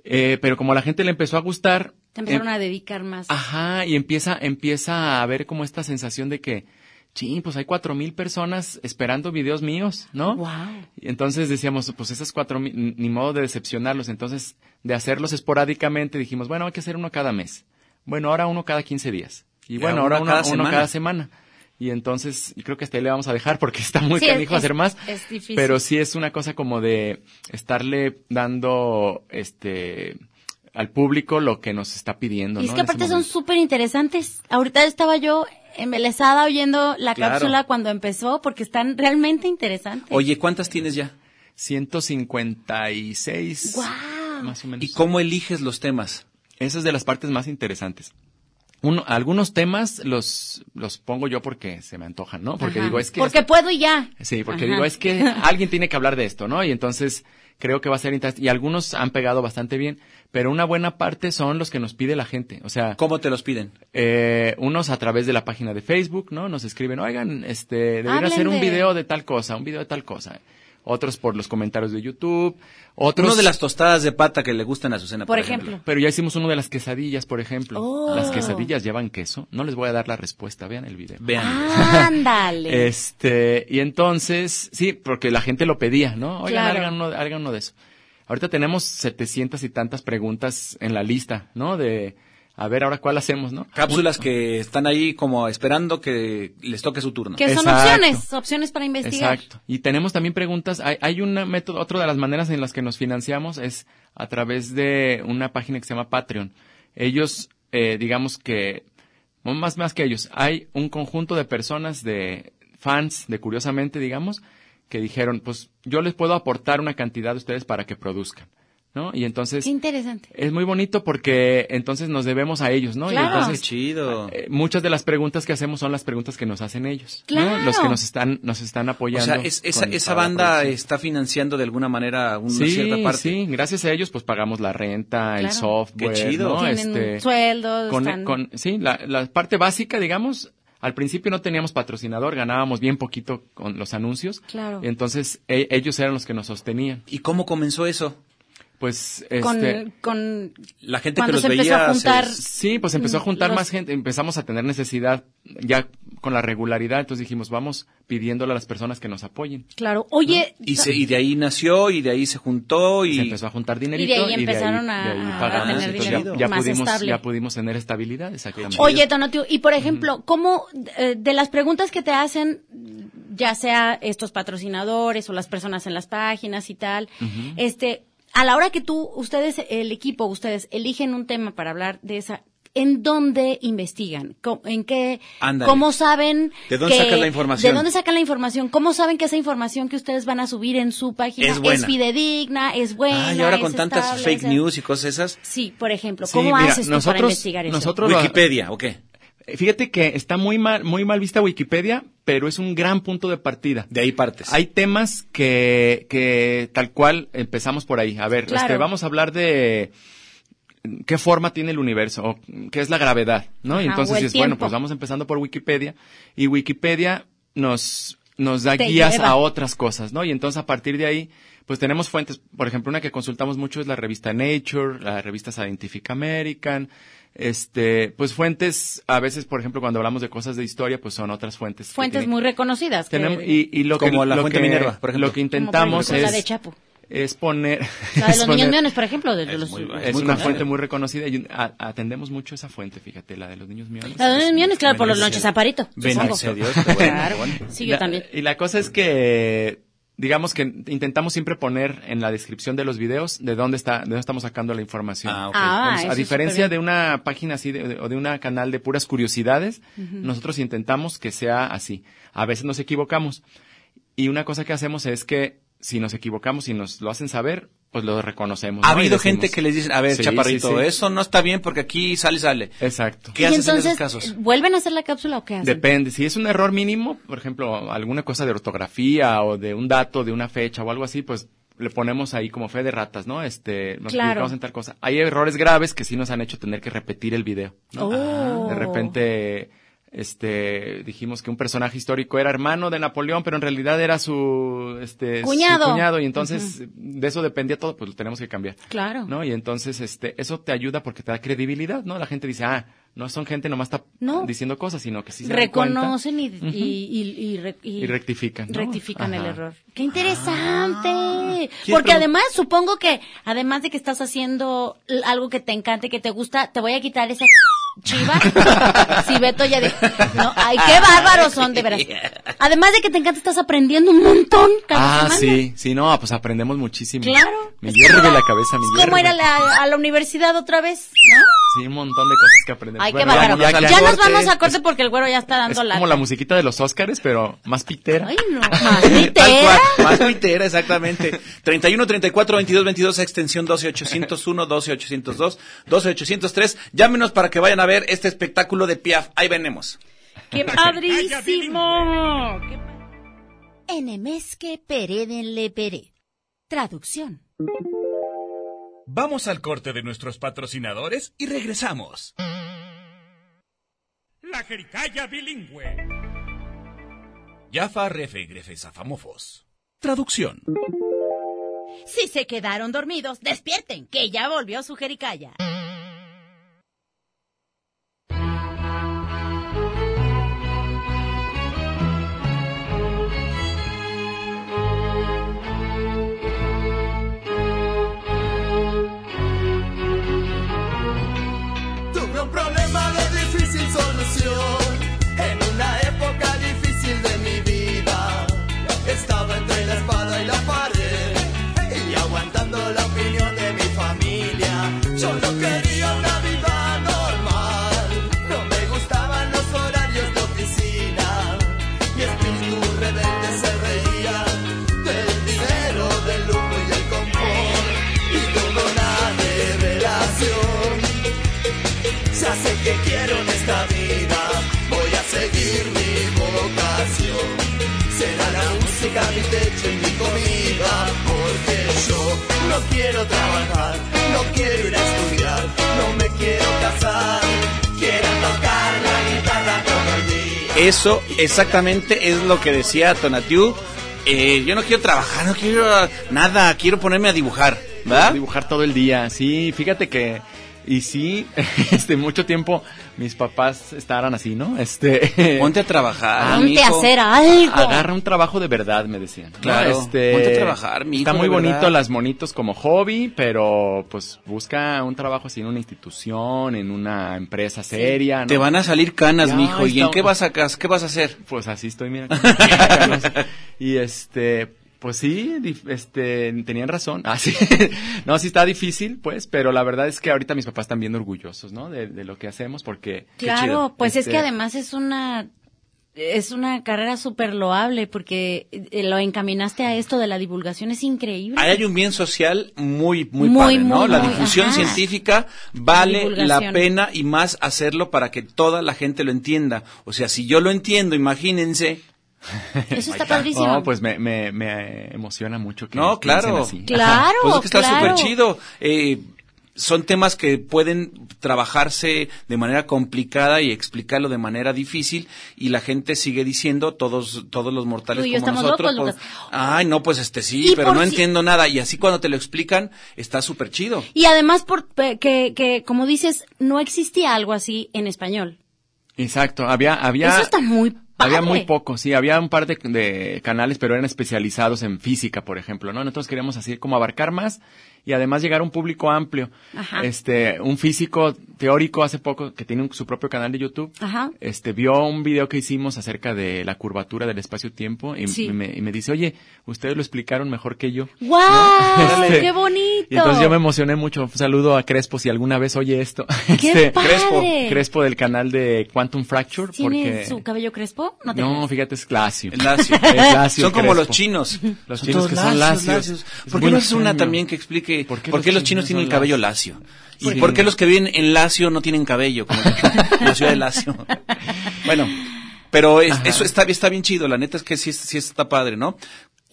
[SPEAKER 5] Eh, pero como a la gente le empezó a gustar,
[SPEAKER 3] Te empezaron
[SPEAKER 5] em-
[SPEAKER 3] a dedicar más.
[SPEAKER 5] Ajá, y empieza, empieza a haber como esta sensación de que, ching, pues hay cuatro mil personas esperando videos míos, ¿no?
[SPEAKER 3] Wow.
[SPEAKER 5] Y Entonces decíamos, pues esas cuatro mil, n- ni modo de decepcionarlos. Entonces, de hacerlos esporádicamente, dijimos, bueno, hay que hacer uno cada mes. Bueno, ahora uno cada 15 días. Y
[SPEAKER 2] Ya,
[SPEAKER 5] bueno, ahora
[SPEAKER 2] uno
[SPEAKER 5] uno,
[SPEAKER 2] cada
[SPEAKER 5] uno
[SPEAKER 2] semana.
[SPEAKER 5] cada semana. Y entonces, y creo que hasta ahí le vamos a dejar porque está muy
[SPEAKER 3] Sí, es-
[SPEAKER 5] canijo
[SPEAKER 3] es-
[SPEAKER 5] hacer más.
[SPEAKER 3] es difícil.
[SPEAKER 5] Pero sí es una cosa como de estarle dando, este, al público lo que nos está pidiendo.
[SPEAKER 3] Y es
[SPEAKER 5] ¿no?
[SPEAKER 3] que
[SPEAKER 5] En ese
[SPEAKER 3] aparte son súper interesantes. Ahorita estaba yo embelesada oyendo la
[SPEAKER 5] Claro.
[SPEAKER 3] cápsula cuando empezó porque están realmente interesantes.
[SPEAKER 2] Oye, ¿cuántas tienes ya?
[SPEAKER 5] 156.
[SPEAKER 3] Guau.
[SPEAKER 5] Más o menos.
[SPEAKER 2] ¿Y cómo eliges los temas?
[SPEAKER 5] esa es de las partes más interesantes. Uno, algunos temas los, los pongo yo porque se me antojan, ¿no? Porque
[SPEAKER 3] Ajá.
[SPEAKER 5] digo, es que...
[SPEAKER 3] Porque puedo y ya.
[SPEAKER 5] Sí, porque
[SPEAKER 3] Ajá.
[SPEAKER 5] digo, es que alguien tiene que hablar de esto, ¿no? Y entonces creo que va a ser interesante. Y algunos han pegado bastante bien, pero una buena parte son los que nos pide la gente. O sea.
[SPEAKER 2] ¿Cómo te los piden?
[SPEAKER 5] Eh, unos a través de la página de Facebook, ¿no? Nos escriben, oigan, este, debería
[SPEAKER 2] Hablen
[SPEAKER 5] hacer
[SPEAKER 2] de-
[SPEAKER 5] un video de tal cosa, un video de tal cosa. Otros por los comentarios de YouTube, otros.
[SPEAKER 2] Uno de las tostadas de pata que le gustan a Susana.
[SPEAKER 3] Por ejemplo.
[SPEAKER 5] Pero ya hicimos uno de las quesadillas, por ejemplo.
[SPEAKER 3] Oh.
[SPEAKER 5] Las quesadillas llevan queso. No les voy a dar la respuesta, vean el video.
[SPEAKER 2] Vean.
[SPEAKER 3] Ah. Ándale.
[SPEAKER 5] Este, y entonces, sí, porque la gente lo pedía, ¿no? Oigan,
[SPEAKER 3] Claro.
[SPEAKER 5] hagan, uno, hagan uno de eso. Ahorita tenemos 700 y tantas preguntas en la lista, ¿no? De, a ver, ahora cuál hacemos, ¿no?
[SPEAKER 2] Cápsulas que están ahí como esperando que les toque su turno.
[SPEAKER 3] que son
[SPEAKER 5] Exacto.
[SPEAKER 3] opciones, opciones para investigar.
[SPEAKER 5] Exacto. Y tenemos también preguntas. Hay, hay un método, otra de las maneras en las que nos financiamos es a través de una página que se llama Patreon. Ellos, eh, digamos que, no, más, más que ellos, hay un conjunto de personas, de fans, de curiosamente, digamos, que dijeron, pues yo les puedo aportar una cantidad de ustedes para que produzcan, ¿no? Y entonces...
[SPEAKER 3] Qué interesante.
[SPEAKER 5] Es muy bonito porque entonces nos debemos a ellos, ¿no?
[SPEAKER 3] Claro.
[SPEAKER 5] Y entonces,
[SPEAKER 2] Qué chido.
[SPEAKER 5] eh, muchas de las preguntas que hacemos son las preguntas que nos hacen ellos, ¿no?
[SPEAKER 2] Claro.
[SPEAKER 5] Los que nos están, nos están
[SPEAKER 2] O
[SPEAKER 5] apoyando.
[SPEAKER 2] sea, es- esa,
[SPEAKER 5] con-
[SPEAKER 2] esa
[SPEAKER 5] para la
[SPEAKER 2] banda
[SPEAKER 5] producción.
[SPEAKER 2] está financiando de alguna manera una
[SPEAKER 5] Sí,
[SPEAKER 2] cierta parte.
[SPEAKER 5] sí, gracias a ellos pues pagamos la renta,
[SPEAKER 3] Claro.
[SPEAKER 5] el software,
[SPEAKER 2] Qué chido.
[SPEAKER 5] ¿no?
[SPEAKER 3] Tienen
[SPEAKER 5] Este,
[SPEAKER 3] sueldos,
[SPEAKER 5] con-
[SPEAKER 3] están-
[SPEAKER 5] con- sí, la, la parte básica, digamos, al principio no teníamos patrocinador, ganábamos bien poquito con los anuncios.
[SPEAKER 3] Claro.
[SPEAKER 5] Entonces, e- ellos eran los que nos sostenían.
[SPEAKER 2] ¿Y cómo comenzó eso?
[SPEAKER 5] Pues, este...
[SPEAKER 3] Con, con
[SPEAKER 2] La gente
[SPEAKER 3] Cuando se empezó a juntar
[SPEAKER 5] sí, pues empezó a juntar
[SPEAKER 3] Mm, los-
[SPEAKER 5] más gente, empezamos a tener necesidad ya con la regularidad, entonces dijimos, vamos pidiéndole a las personas que nos apoyen.
[SPEAKER 3] Claro. Oye,
[SPEAKER 2] Y, se- y de ahí nació, y de ahí se juntó, y... Se
[SPEAKER 5] empezó a juntar
[SPEAKER 3] ahí
[SPEAKER 5] dinerito
[SPEAKER 3] empezaron a-
[SPEAKER 5] de ahí
[SPEAKER 3] a
[SPEAKER 5] pagamos,
[SPEAKER 3] tener
[SPEAKER 5] entonces
[SPEAKER 3] dinero
[SPEAKER 5] ya, ya
[SPEAKER 3] más
[SPEAKER 5] pudimos,
[SPEAKER 3] estable.
[SPEAKER 5] ya pudimos tener estabilidad, exactamente.
[SPEAKER 3] Oye, Tonatiu, y por ejemplo, ¿cómo eh, de las preguntas que te hacen, ya sea estos patrocinadores o las personas en las páginas y tal,
[SPEAKER 15] Ujú.
[SPEAKER 3] este, a la hora que tú, ustedes, el equipo, ustedes eligen un tema para hablar de esa, ¿en dónde investigan? Co- ¿En qué?
[SPEAKER 2] Ándale.
[SPEAKER 3] ¿Cómo saben?
[SPEAKER 2] ¿De dónde
[SPEAKER 3] que-
[SPEAKER 2] sacan la información?
[SPEAKER 3] ¿De dónde sacan la información? ¿Cómo saben que esa información que ustedes van a subir en su página
[SPEAKER 2] Es buena.
[SPEAKER 3] fidedigna, es buena?
[SPEAKER 2] Ay, ahora
[SPEAKER 3] es
[SPEAKER 2] con tantas
[SPEAKER 3] estable,
[SPEAKER 2] fake
[SPEAKER 3] es-
[SPEAKER 2] news y cosas esas.
[SPEAKER 3] Sí, por ejemplo,
[SPEAKER 5] Sí,
[SPEAKER 3] ¿cómo
[SPEAKER 5] mira,
[SPEAKER 3] haces tú para
[SPEAKER 5] nosotros-
[SPEAKER 3] investigar eso?
[SPEAKER 5] nosotros lo-
[SPEAKER 2] Wikipedia, ¿o qué?
[SPEAKER 5] Eh, Fíjate que está muy mal, muy mal vista Wikipedia, pero es un gran punto de partida.
[SPEAKER 2] De ahí partes.
[SPEAKER 5] Hay temas que, que tal cual empezamos por ahí. A ver,
[SPEAKER 2] Claro.
[SPEAKER 5] este, vamos a hablar de mm, qué forma tiene el universo o mm, qué es la gravedad, ¿no? y
[SPEAKER 2] Ajá, o
[SPEAKER 5] entonces
[SPEAKER 2] el
[SPEAKER 5] dices, bueno,
[SPEAKER 2] tiempo.
[SPEAKER 5] pues vamos empezando por Wikipedia y Wikipedia nos nos da
[SPEAKER 2] Te
[SPEAKER 5] guías
[SPEAKER 2] lleva.
[SPEAKER 5] a otras cosas, ¿no? Y entonces a partir de ahí, pues tenemos fuentes, por ejemplo, una que consultamos mucho es la revista Nature, la revista Scientific American, este, pues fuentes, a veces, por ejemplo, cuando hablamos de cosas de historia, pues son otras fuentes. que
[SPEAKER 3] fuentes
[SPEAKER 5] tienen-
[SPEAKER 3] muy reconocidas. que-
[SPEAKER 5] tenemos, y, y lo
[SPEAKER 2] Como
[SPEAKER 5] que,
[SPEAKER 2] la
[SPEAKER 5] lo
[SPEAKER 2] fuente
[SPEAKER 5] que-
[SPEAKER 2] Minerva, por ejemplo.
[SPEAKER 5] Lo que
[SPEAKER 3] como por
[SPEAKER 5] intentamos
[SPEAKER 3] ejemplo,
[SPEAKER 5] es,
[SPEAKER 3] la de Chapo.
[SPEAKER 5] es poner...
[SPEAKER 3] La de
[SPEAKER 5] es
[SPEAKER 3] los
[SPEAKER 5] poner-
[SPEAKER 3] niños miones, por ejemplo. de los-
[SPEAKER 5] es
[SPEAKER 2] muy
[SPEAKER 5] una
[SPEAKER 2] conocida.
[SPEAKER 5] fuente muy reconocida y un- a- atendemos mucho esa fuente, fíjate, la de los niños miones.
[SPEAKER 3] La de los niños miones, claro, por los
[SPEAKER 5] Bendice-
[SPEAKER 3] lonches aparito,
[SPEAKER 5] bendice
[SPEAKER 3] supongo.
[SPEAKER 5] a Dios, qué bueno,
[SPEAKER 3] Claro.
[SPEAKER 5] qué bueno.
[SPEAKER 3] Sí, yo
[SPEAKER 5] La-
[SPEAKER 3] también.
[SPEAKER 5] Y la cosa es que, digamos que intentamos siempre poner en la descripción de los videos de dónde está, de dónde estamos sacando la información.
[SPEAKER 3] ok. Ah,
[SPEAKER 5] Entonces,
[SPEAKER 3] eso
[SPEAKER 5] Pues, a
[SPEAKER 3] es
[SPEAKER 5] diferencia
[SPEAKER 3] súper
[SPEAKER 5] de una página así de- o de una canal de puras curiosidades,
[SPEAKER 3] Ujú.
[SPEAKER 5] nosotros intentamos que sea así. A veces nos equivocamos. Y una cosa que hacemos es que si nos equivocamos y nos lo hacen saber, pues lo reconocemos.
[SPEAKER 2] Ha
[SPEAKER 5] ¿no? Y
[SPEAKER 2] habido
[SPEAKER 5] decimos-
[SPEAKER 2] gente que les dice, a ver,
[SPEAKER 5] Sí,
[SPEAKER 2] chaparrito,
[SPEAKER 5] sí, sí.
[SPEAKER 2] eso no está bien porque aquí sale, sale.
[SPEAKER 5] Exacto.
[SPEAKER 2] ¿Qué
[SPEAKER 3] y
[SPEAKER 2] haces
[SPEAKER 3] entonces, eh,
[SPEAKER 2] en esos casos?
[SPEAKER 3] ¿vuelven a hacer la cápsula o qué hacen?
[SPEAKER 5] Depende, si es un error mínimo, por ejemplo, alguna cosa de ortografía o de un dato, de una fecha o algo así, pues le ponemos ahí como fe de ratas, ¿no? Este, nos
[SPEAKER 3] Claro.
[SPEAKER 5] equivocamos en tal cosa. Hay errores graves que sí nos han hecho tener que repetir el video. ¿no?
[SPEAKER 3] Oh.
[SPEAKER 5] Ah, De repente, este, dijimos que un personaje histórico era hermano de Napoleón, pero en realidad era su, este, su
[SPEAKER 3] Cuñado.
[SPEAKER 5] cuñado y entonces de eso dependía todo, pues lo tenemos que cambiar.
[SPEAKER 3] Claro.
[SPEAKER 5] ¿No? Y entonces, este, eso te ayuda porque te da credibilidad, ¿no? La gente dice, ah, no son gente nomás está
[SPEAKER 3] No.
[SPEAKER 5] diciendo cosas, sino que sí se dan cuenta
[SPEAKER 3] Reconocen y, y, y, y re- y-
[SPEAKER 5] y rectifican. ¿no?
[SPEAKER 3] rectifican el
[SPEAKER 5] Ajá. Ah.
[SPEAKER 3] error. ¡Qué interesante!
[SPEAKER 5] ¿Quieres
[SPEAKER 3] Porque
[SPEAKER 5] pregun-
[SPEAKER 3] además, supongo que, además de que estás haciendo l- algo que te encante, que te gusta, te voy a quitar esa chiva. si Beto ya dijo, no, ay, qué bárbaros son, de veras. Además de que te encanta, estás aprendiendo un montón cada
[SPEAKER 5] Ah,
[SPEAKER 3] semana.
[SPEAKER 5] sí, sí, no, pues aprendemos muchísimo.
[SPEAKER 3] Claro.
[SPEAKER 5] Me hierve la cabeza, me hierve.
[SPEAKER 3] ¿Cómo era la, a la universidad otra vez? ¿No?
[SPEAKER 5] Sí, un montón de cosas que aprendemos.
[SPEAKER 3] Ay, qué
[SPEAKER 5] Pues Bueno,
[SPEAKER 3] bárbaro. Ya, nos
[SPEAKER 5] corte.
[SPEAKER 3] vamos a corte porque el güero ya está
[SPEAKER 5] Es
[SPEAKER 3] dando la.
[SPEAKER 5] como la musiquita de los Óscares, pero más pitera.
[SPEAKER 3] Ay, no, maldita.
[SPEAKER 2] Tal cual, Más tuitera, exactamente. 31, 34, 22, 22, extensión 12801, 12802, 12803. Llámenos para que vayan a ver este espectáculo de Piaf. Ahí venemos.
[SPEAKER 3] ¡Qué padrísimo! Enemesque peredenle pere. Traducción.
[SPEAKER 4] Vamos al corte de nuestros patrocinadores y regresamos.
[SPEAKER 15] La jericaya bilingüe.
[SPEAKER 4] Yafa refe grefe zafamofos. Traducción.
[SPEAKER 3] Si se quedaron dormidos, despierten, que ya volvió su jericaya.
[SPEAKER 16] Tuve un problema de difícil solución en una época difícil de mi vida. Estaba entre la espada y la pared y aguantando la opinión de mi familia. Yo no quería una vida normal, no me gustaban los horarios de oficina. Mi espíritu rebelde se reía del dinero, del lujo y del confort y tuvo una revelación. Ya sé que quiero en esta vida, voy a seguir mi vocación. Será la música mi techo y mi comida, porque yo no quiero trabajar, no quiero ir a estudiar, no me quiero casar, quiero tocar la guitarra todo el día.
[SPEAKER 2] Eso exactamente es lo que decía Tonatiu. Eh, yo no quiero trabajar, no quiero nada, quiero ponerme a dibujar, ¿verdad?
[SPEAKER 5] Dibujar todo el día, sí, fíjate que... Y sí, este, mucho tiempo mis papás estaban así, ¿no? Este...
[SPEAKER 2] Ponte a trabajar,
[SPEAKER 3] Ponte mijo. a hacer algo.
[SPEAKER 5] Agarra un trabajo de verdad, me decían. ¿no?
[SPEAKER 2] Claro,
[SPEAKER 5] Este,
[SPEAKER 2] ponte a trabajar, mijo,
[SPEAKER 5] Está muy
[SPEAKER 2] de
[SPEAKER 5] bonito
[SPEAKER 2] verdad.
[SPEAKER 5] las monitos como hobby, pero pues busca un trabajo así en una institución, en una empresa seria, Ah, ¿no?
[SPEAKER 2] Te van a salir canas,
[SPEAKER 5] Ya,
[SPEAKER 2] mijo.
[SPEAKER 5] ahí
[SPEAKER 2] ¿Y en
[SPEAKER 5] está-
[SPEAKER 2] qué vas a, cas- qué vas a hacer?
[SPEAKER 5] Pues así estoy, mira. con canas. y este, pues sí, dif- este, tenían razón. Ah, sí. no, sí está difícil, pues, pero la verdad es que ahorita mis papás están bien orgullosos, ¿no? De, de lo que hacemos, porque. qué
[SPEAKER 3] Claro,
[SPEAKER 5] chido.
[SPEAKER 3] pues es
[SPEAKER 5] Este,
[SPEAKER 3] que además es una es una carrera súper loable porque eh, lo encaminaste a esto de la divulgación, es increíble.
[SPEAKER 2] Ahí hay un bien social muy, muy,
[SPEAKER 3] Muy,
[SPEAKER 2] padre, ¿no?
[SPEAKER 3] muy,
[SPEAKER 2] la
[SPEAKER 3] muy,
[SPEAKER 2] difusión
[SPEAKER 3] ajá.
[SPEAKER 2] científica vale
[SPEAKER 3] Divulgación.
[SPEAKER 2] la pena y más hacerlo para que toda la gente lo entienda. O sea, si yo lo entiendo, imagínense.
[SPEAKER 3] Eso está
[SPEAKER 2] Ahí está.
[SPEAKER 3] padrísimo.
[SPEAKER 5] No, pues me, me, me emociona mucho que.
[SPEAKER 2] No,
[SPEAKER 5] piensen
[SPEAKER 2] claro.
[SPEAKER 5] así.
[SPEAKER 3] Claro,
[SPEAKER 2] Pues es que está
[SPEAKER 3] claro.
[SPEAKER 2] súper chido. Eh, son temas que pueden trabajarse de manera complicada y explicarlo de manera difícil y la gente sigue diciendo todos todos los mortales
[SPEAKER 3] Tú y yo
[SPEAKER 2] como
[SPEAKER 3] estamos
[SPEAKER 2] nosotros
[SPEAKER 3] locos,
[SPEAKER 2] pues,
[SPEAKER 3] Lucas.
[SPEAKER 2] ay no pues este sí
[SPEAKER 3] Y
[SPEAKER 2] pero
[SPEAKER 3] por
[SPEAKER 2] no
[SPEAKER 3] si-
[SPEAKER 2] entiendo nada y así cuando te lo explican está súper chido
[SPEAKER 3] Y además por pe- que, que como dices, no existía algo así en español.
[SPEAKER 5] Exacto, había, había.
[SPEAKER 3] Eso está muy padre.
[SPEAKER 5] Había muy poco, sí, había un par de, de canales, pero eran especializados en física, por ejemplo, ¿no? Nosotros queríamos así como abarcar más y además llegar a un público amplio.
[SPEAKER 3] Ajá.
[SPEAKER 5] Este, un físico teórico hace poco que tiene un- su propio canal de YouTube,
[SPEAKER 3] Ajá.
[SPEAKER 5] este, vio un video que hicimos acerca de la curvatura del espacio-tiempo y,
[SPEAKER 3] Sí.
[SPEAKER 5] y me, y me dice, oye, ustedes lo explicaron mejor que yo.
[SPEAKER 3] ¡Guau!
[SPEAKER 5] Este,
[SPEAKER 3] ¡Qué bonito!
[SPEAKER 5] Y entonces yo me emocioné mucho. Un saludo a Crespo si alguna vez oye esto. Este,
[SPEAKER 3] ¡Qué padre!
[SPEAKER 5] Crespo, Crespo del canal de Quantum Fracture.
[SPEAKER 3] ¿Tiene
[SPEAKER 5] porque...
[SPEAKER 3] su cabello crespo? No te
[SPEAKER 5] No, fíjate, es Lacio.
[SPEAKER 2] Es lacio.
[SPEAKER 5] Es lacio,
[SPEAKER 2] Son como
[SPEAKER 5] Crespo.
[SPEAKER 2] los chinos.
[SPEAKER 5] Los
[SPEAKER 2] Son
[SPEAKER 5] chinos
[SPEAKER 2] todos
[SPEAKER 5] que
[SPEAKER 2] lacios,
[SPEAKER 5] son lacios.
[SPEAKER 2] lacios.
[SPEAKER 5] Es
[SPEAKER 2] ¿Por qué
[SPEAKER 5] muy
[SPEAKER 2] no haces una
[SPEAKER 5] extraño.
[SPEAKER 2] también que explique por qué, los chinos tienen el
[SPEAKER 5] son
[SPEAKER 2] cabello lacio? ¿Y
[SPEAKER 5] Sí.
[SPEAKER 2] por qué los que viven en Lacio no tienen cabello? Como en la ciudad de Lacio. Bueno, pero es- eso está, está bien chido. La neta es que sí, sí está padre, ¿no?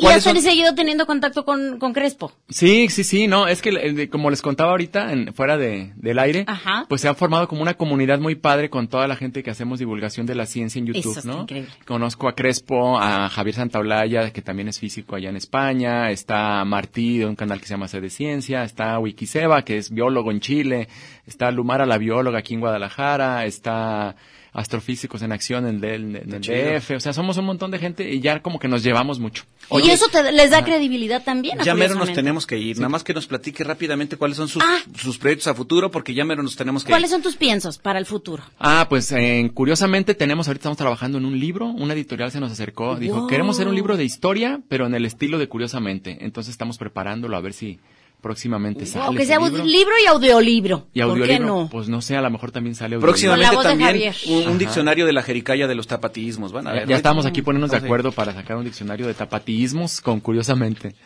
[SPEAKER 3] ¿Y has
[SPEAKER 2] ¿Cuáles son-
[SPEAKER 3] seguido teniendo contacto con, con Crespo?
[SPEAKER 5] Sí, sí, sí, no, es que el- el de- como les contaba ahorita, en, fuera de, del aire,
[SPEAKER 3] Ajá.
[SPEAKER 5] pues se ha formado como una comunidad muy padre con toda la gente que hacemos divulgación de la ciencia en YouTube,
[SPEAKER 3] Eso está
[SPEAKER 5] ¿no?
[SPEAKER 3] increíble.
[SPEAKER 5] Conozco a Crespo, a Javier Santaolalla, que también es físico allá en España, está Martí de un canal que se llama C de Ciencia, está Wikiseba, que es biólogo en Chile, está Lumara la bióloga aquí en Guadalajara, está astrofísicos en acción en, el- en el DF. O sea, somos un montón de gente y ya como que nos llevamos mucho.
[SPEAKER 3] y eso te- les da credibilidad también. a
[SPEAKER 2] Ya mero nos
[SPEAKER 3] Curiosamente. Ah.
[SPEAKER 2] tenemos que ir. Nada más que nos platique rápidamente cuáles son sus, sus proyectos a futuro, porque ya mero nos tenemos que
[SPEAKER 3] ¿Cuáles
[SPEAKER 2] ir.
[SPEAKER 3] son tus piensos para el futuro?
[SPEAKER 5] Ah, pues eh, curiosamente tenemos, ahorita estamos trabajando en un libro, una editorial se nos acercó, dijo,
[SPEAKER 3] Wow.
[SPEAKER 5] queremos hacer un libro de historia, pero en el estilo de curiosamente. Entonces estamos preparándolo a ver si próximamente sale.
[SPEAKER 3] Aunque
[SPEAKER 5] ese
[SPEAKER 3] sea
[SPEAKER 5] libro.
[SPEAKER 3] libro? y audiolibro.
[SPEAKER 5] Y
[SPEAKER 3] ¿Por
[SPEAKER 5] audiolibro,
[SPEAKER 3] qué no?
[SPEAKER 5] pues no sé, a lo mejor también sale audiolibro.
[SPEAKER 2] Próximamente
[SPEAKER 3] Con la voz de
[SPEAKER 2] también
[SPEAKER 3] Javier.
[SPEAKER 2] un, un
[SPEAKER 5] Ajá.
[SPEAKER 2] diccionario de la jericaya de los tapatismos. Van a
[SPEAKER 5] Ya,
[SPEAKER 2] ver.
[SPEAKER 5] ya estamos
[SPEAKER 3] Mm.
[SPEAKER 5] aquí poniéndonos de
[SPEAKER 2] Estamos ahí.
[SPEAKER 5] acuerdo para sacar un diccionario de tapatismos con curiosamente.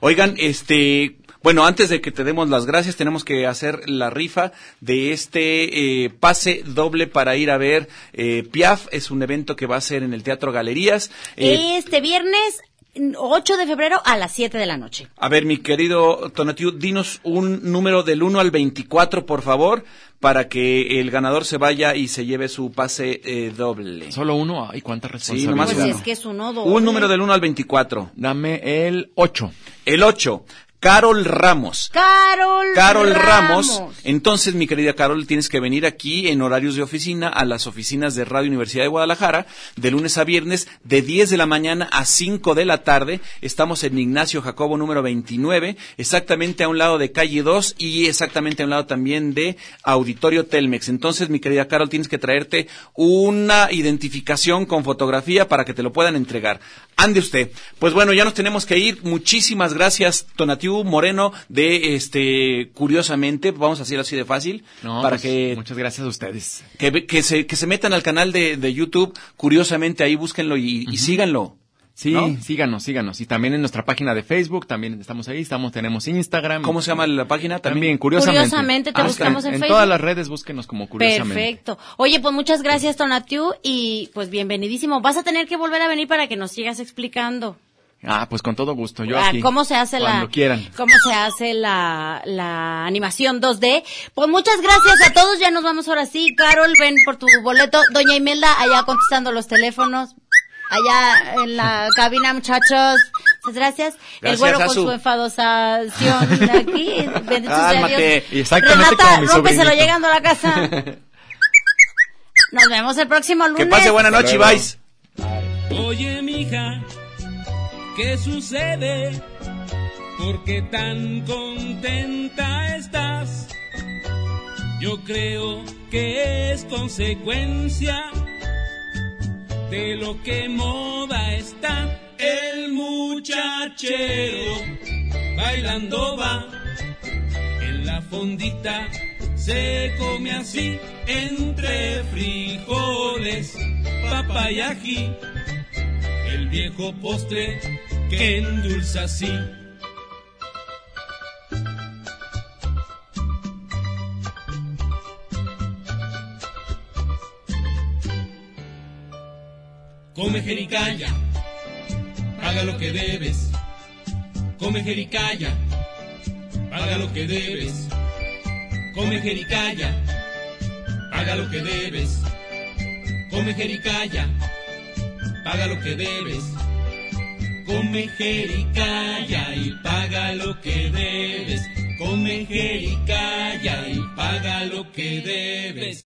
[SPEAKER 2] Oigan, este, bueno, antes de que te demos las gracias, tenemos que hacer la rifa de este eh, pase doble para ir a ver eh, Piaf. Es un evento que va a ser en el Teatro Galerías. Eh,
[SPEAKER 3] Este viernes 8 de febrero a las 7 de la noche.
[SPEAKER 2] A ver, mi querido Tonatiu, dinos un número del 1 al 24, por favor, para que el ganador se vaya y se lleve su pase eh, doble.
[SPEAKER 5] Solo uno, ay, cuánta
[SPEAKER 2] Sí,
[SPEAKER 5] Ah,
[SPEAKER 2] nomás
[SPEAKER 3] Pues
[SPEAKER 2] uno.
[SPEAKER 3] es que es un nodo.
[SPEAKER 2] Un número del 1 al 24.
[SPEAKER 5] Dame el 8.
[SPEAKER 2] El 8. Carol Ramos.
[SPEAKER 3] Carol,
[SPEAKER 2] Carol Ramos. Entonces, mi querida Carol, tienes que venir aquí en horarios de oficina a las oficinas de Radio Universidad de Guadalajara de lunes a viernes de 10 de la mañana a 5 de la tarde. Estamos en Ignacio Jacobo número 29, exactamente a un lado de calle 2 y exactamente a un lado también de Auditorio Telmex. Entonces, mi querida Carol, tienes que traerte una identificación con fotografía para que te lo puedan entregar. Ande usted. Pues bueno, ya nos tenemos que ir. Muchísimas gracias, Tonatiu Moreno, de este, curiosamente, vamos a decir así de fácil,
[SPEAKER 5] No,
[SPEAKER 2] para
[SPEAKER 5] pues,
[SPEAKER 2] que,
[SPEAKER 5] Muchas gracias a ustedes.
[SPEAKER 2] que, ve- que se, que se metan al canal de, de YouTube, curiosamente, ahí búsquenlo y, y síganlo.
[SPEAKER 5] Sí,
[SPEAKER 2] ¿No?
[SPEAKER 5] síganos, síganos. Y también en nuestra página de Facebook, también estamos ahí, estamos, tenemos Instagram.
[SPEAKER 2] ¿Cómo se llama la página? También,
[SPEAKER 5] También, curiosamente. Ah,
[SPEAKER 3] Curiosamente, te buscamos en
[SPEAKER 5] en
[SPEAKER 3] Facebook.
[SPEAKER 5] todas las redes, búsquenos como curiosamente.
[SPEAKER 3] Perfecto. Oye, pues muchas gracias, Tonatiu, y pues bienvenidísimo. Vas a tener que volver a venir para que nos sigas explicando
[SPEAKER 5] Ah, pues con todo gusto, yo
[SPEAKER 3] ah,
[SPEAKER 5] aquí.
[SPEAKER 3] cómo se hace la
[SPEAKER 5] Cuando quieran.
[SPEAKER 3] cómo se hace la, la animación 2D. Pues muchas gracias a todos, ya nos vamos ahora sí. Carol, ven por tu boleto. Doña Imelda, allá contestando los teléfonos. Allá en la cabina, muchachos. Muchas gracias. El
[SPEAKER 5] Gracias,
[SPEAKER 3] güero con
[SPEAKER 5] Azu.
[SPEAKER 3] su enfadosación aquí. Bendito sea Dios.
[SPEAKER 5] Cálmate. Y exactamente
[SPEAKER 3] Renata,
[SPEAKER 5] como mi
[SPEAKER 3] rómpeselo
[SPEAKER 5] sobrinito.
[SPEAKER 3] llegando a la casa. Nos vemos el próximo lunes.
[SPEAKER 2] Que pase buena noche y bye.
[SPEAKER 15] Oye, mija, ¿qué sucede? ¿Por qué tan contenta estás? Yo creo que es consecuencia de lo que moda está. El muchachero bailando va en la fondita. Se come así entre frijoles, papa y ají el viejo postre que endulza así. Come jericaya, paga lo que debes. Come jericaya, paga lo que debes. Come jericaya, paga lo que debes. Come jericaya paga lo que debes. Come jericaya y paga lo que debes. Come jericaya y paga lo que debes.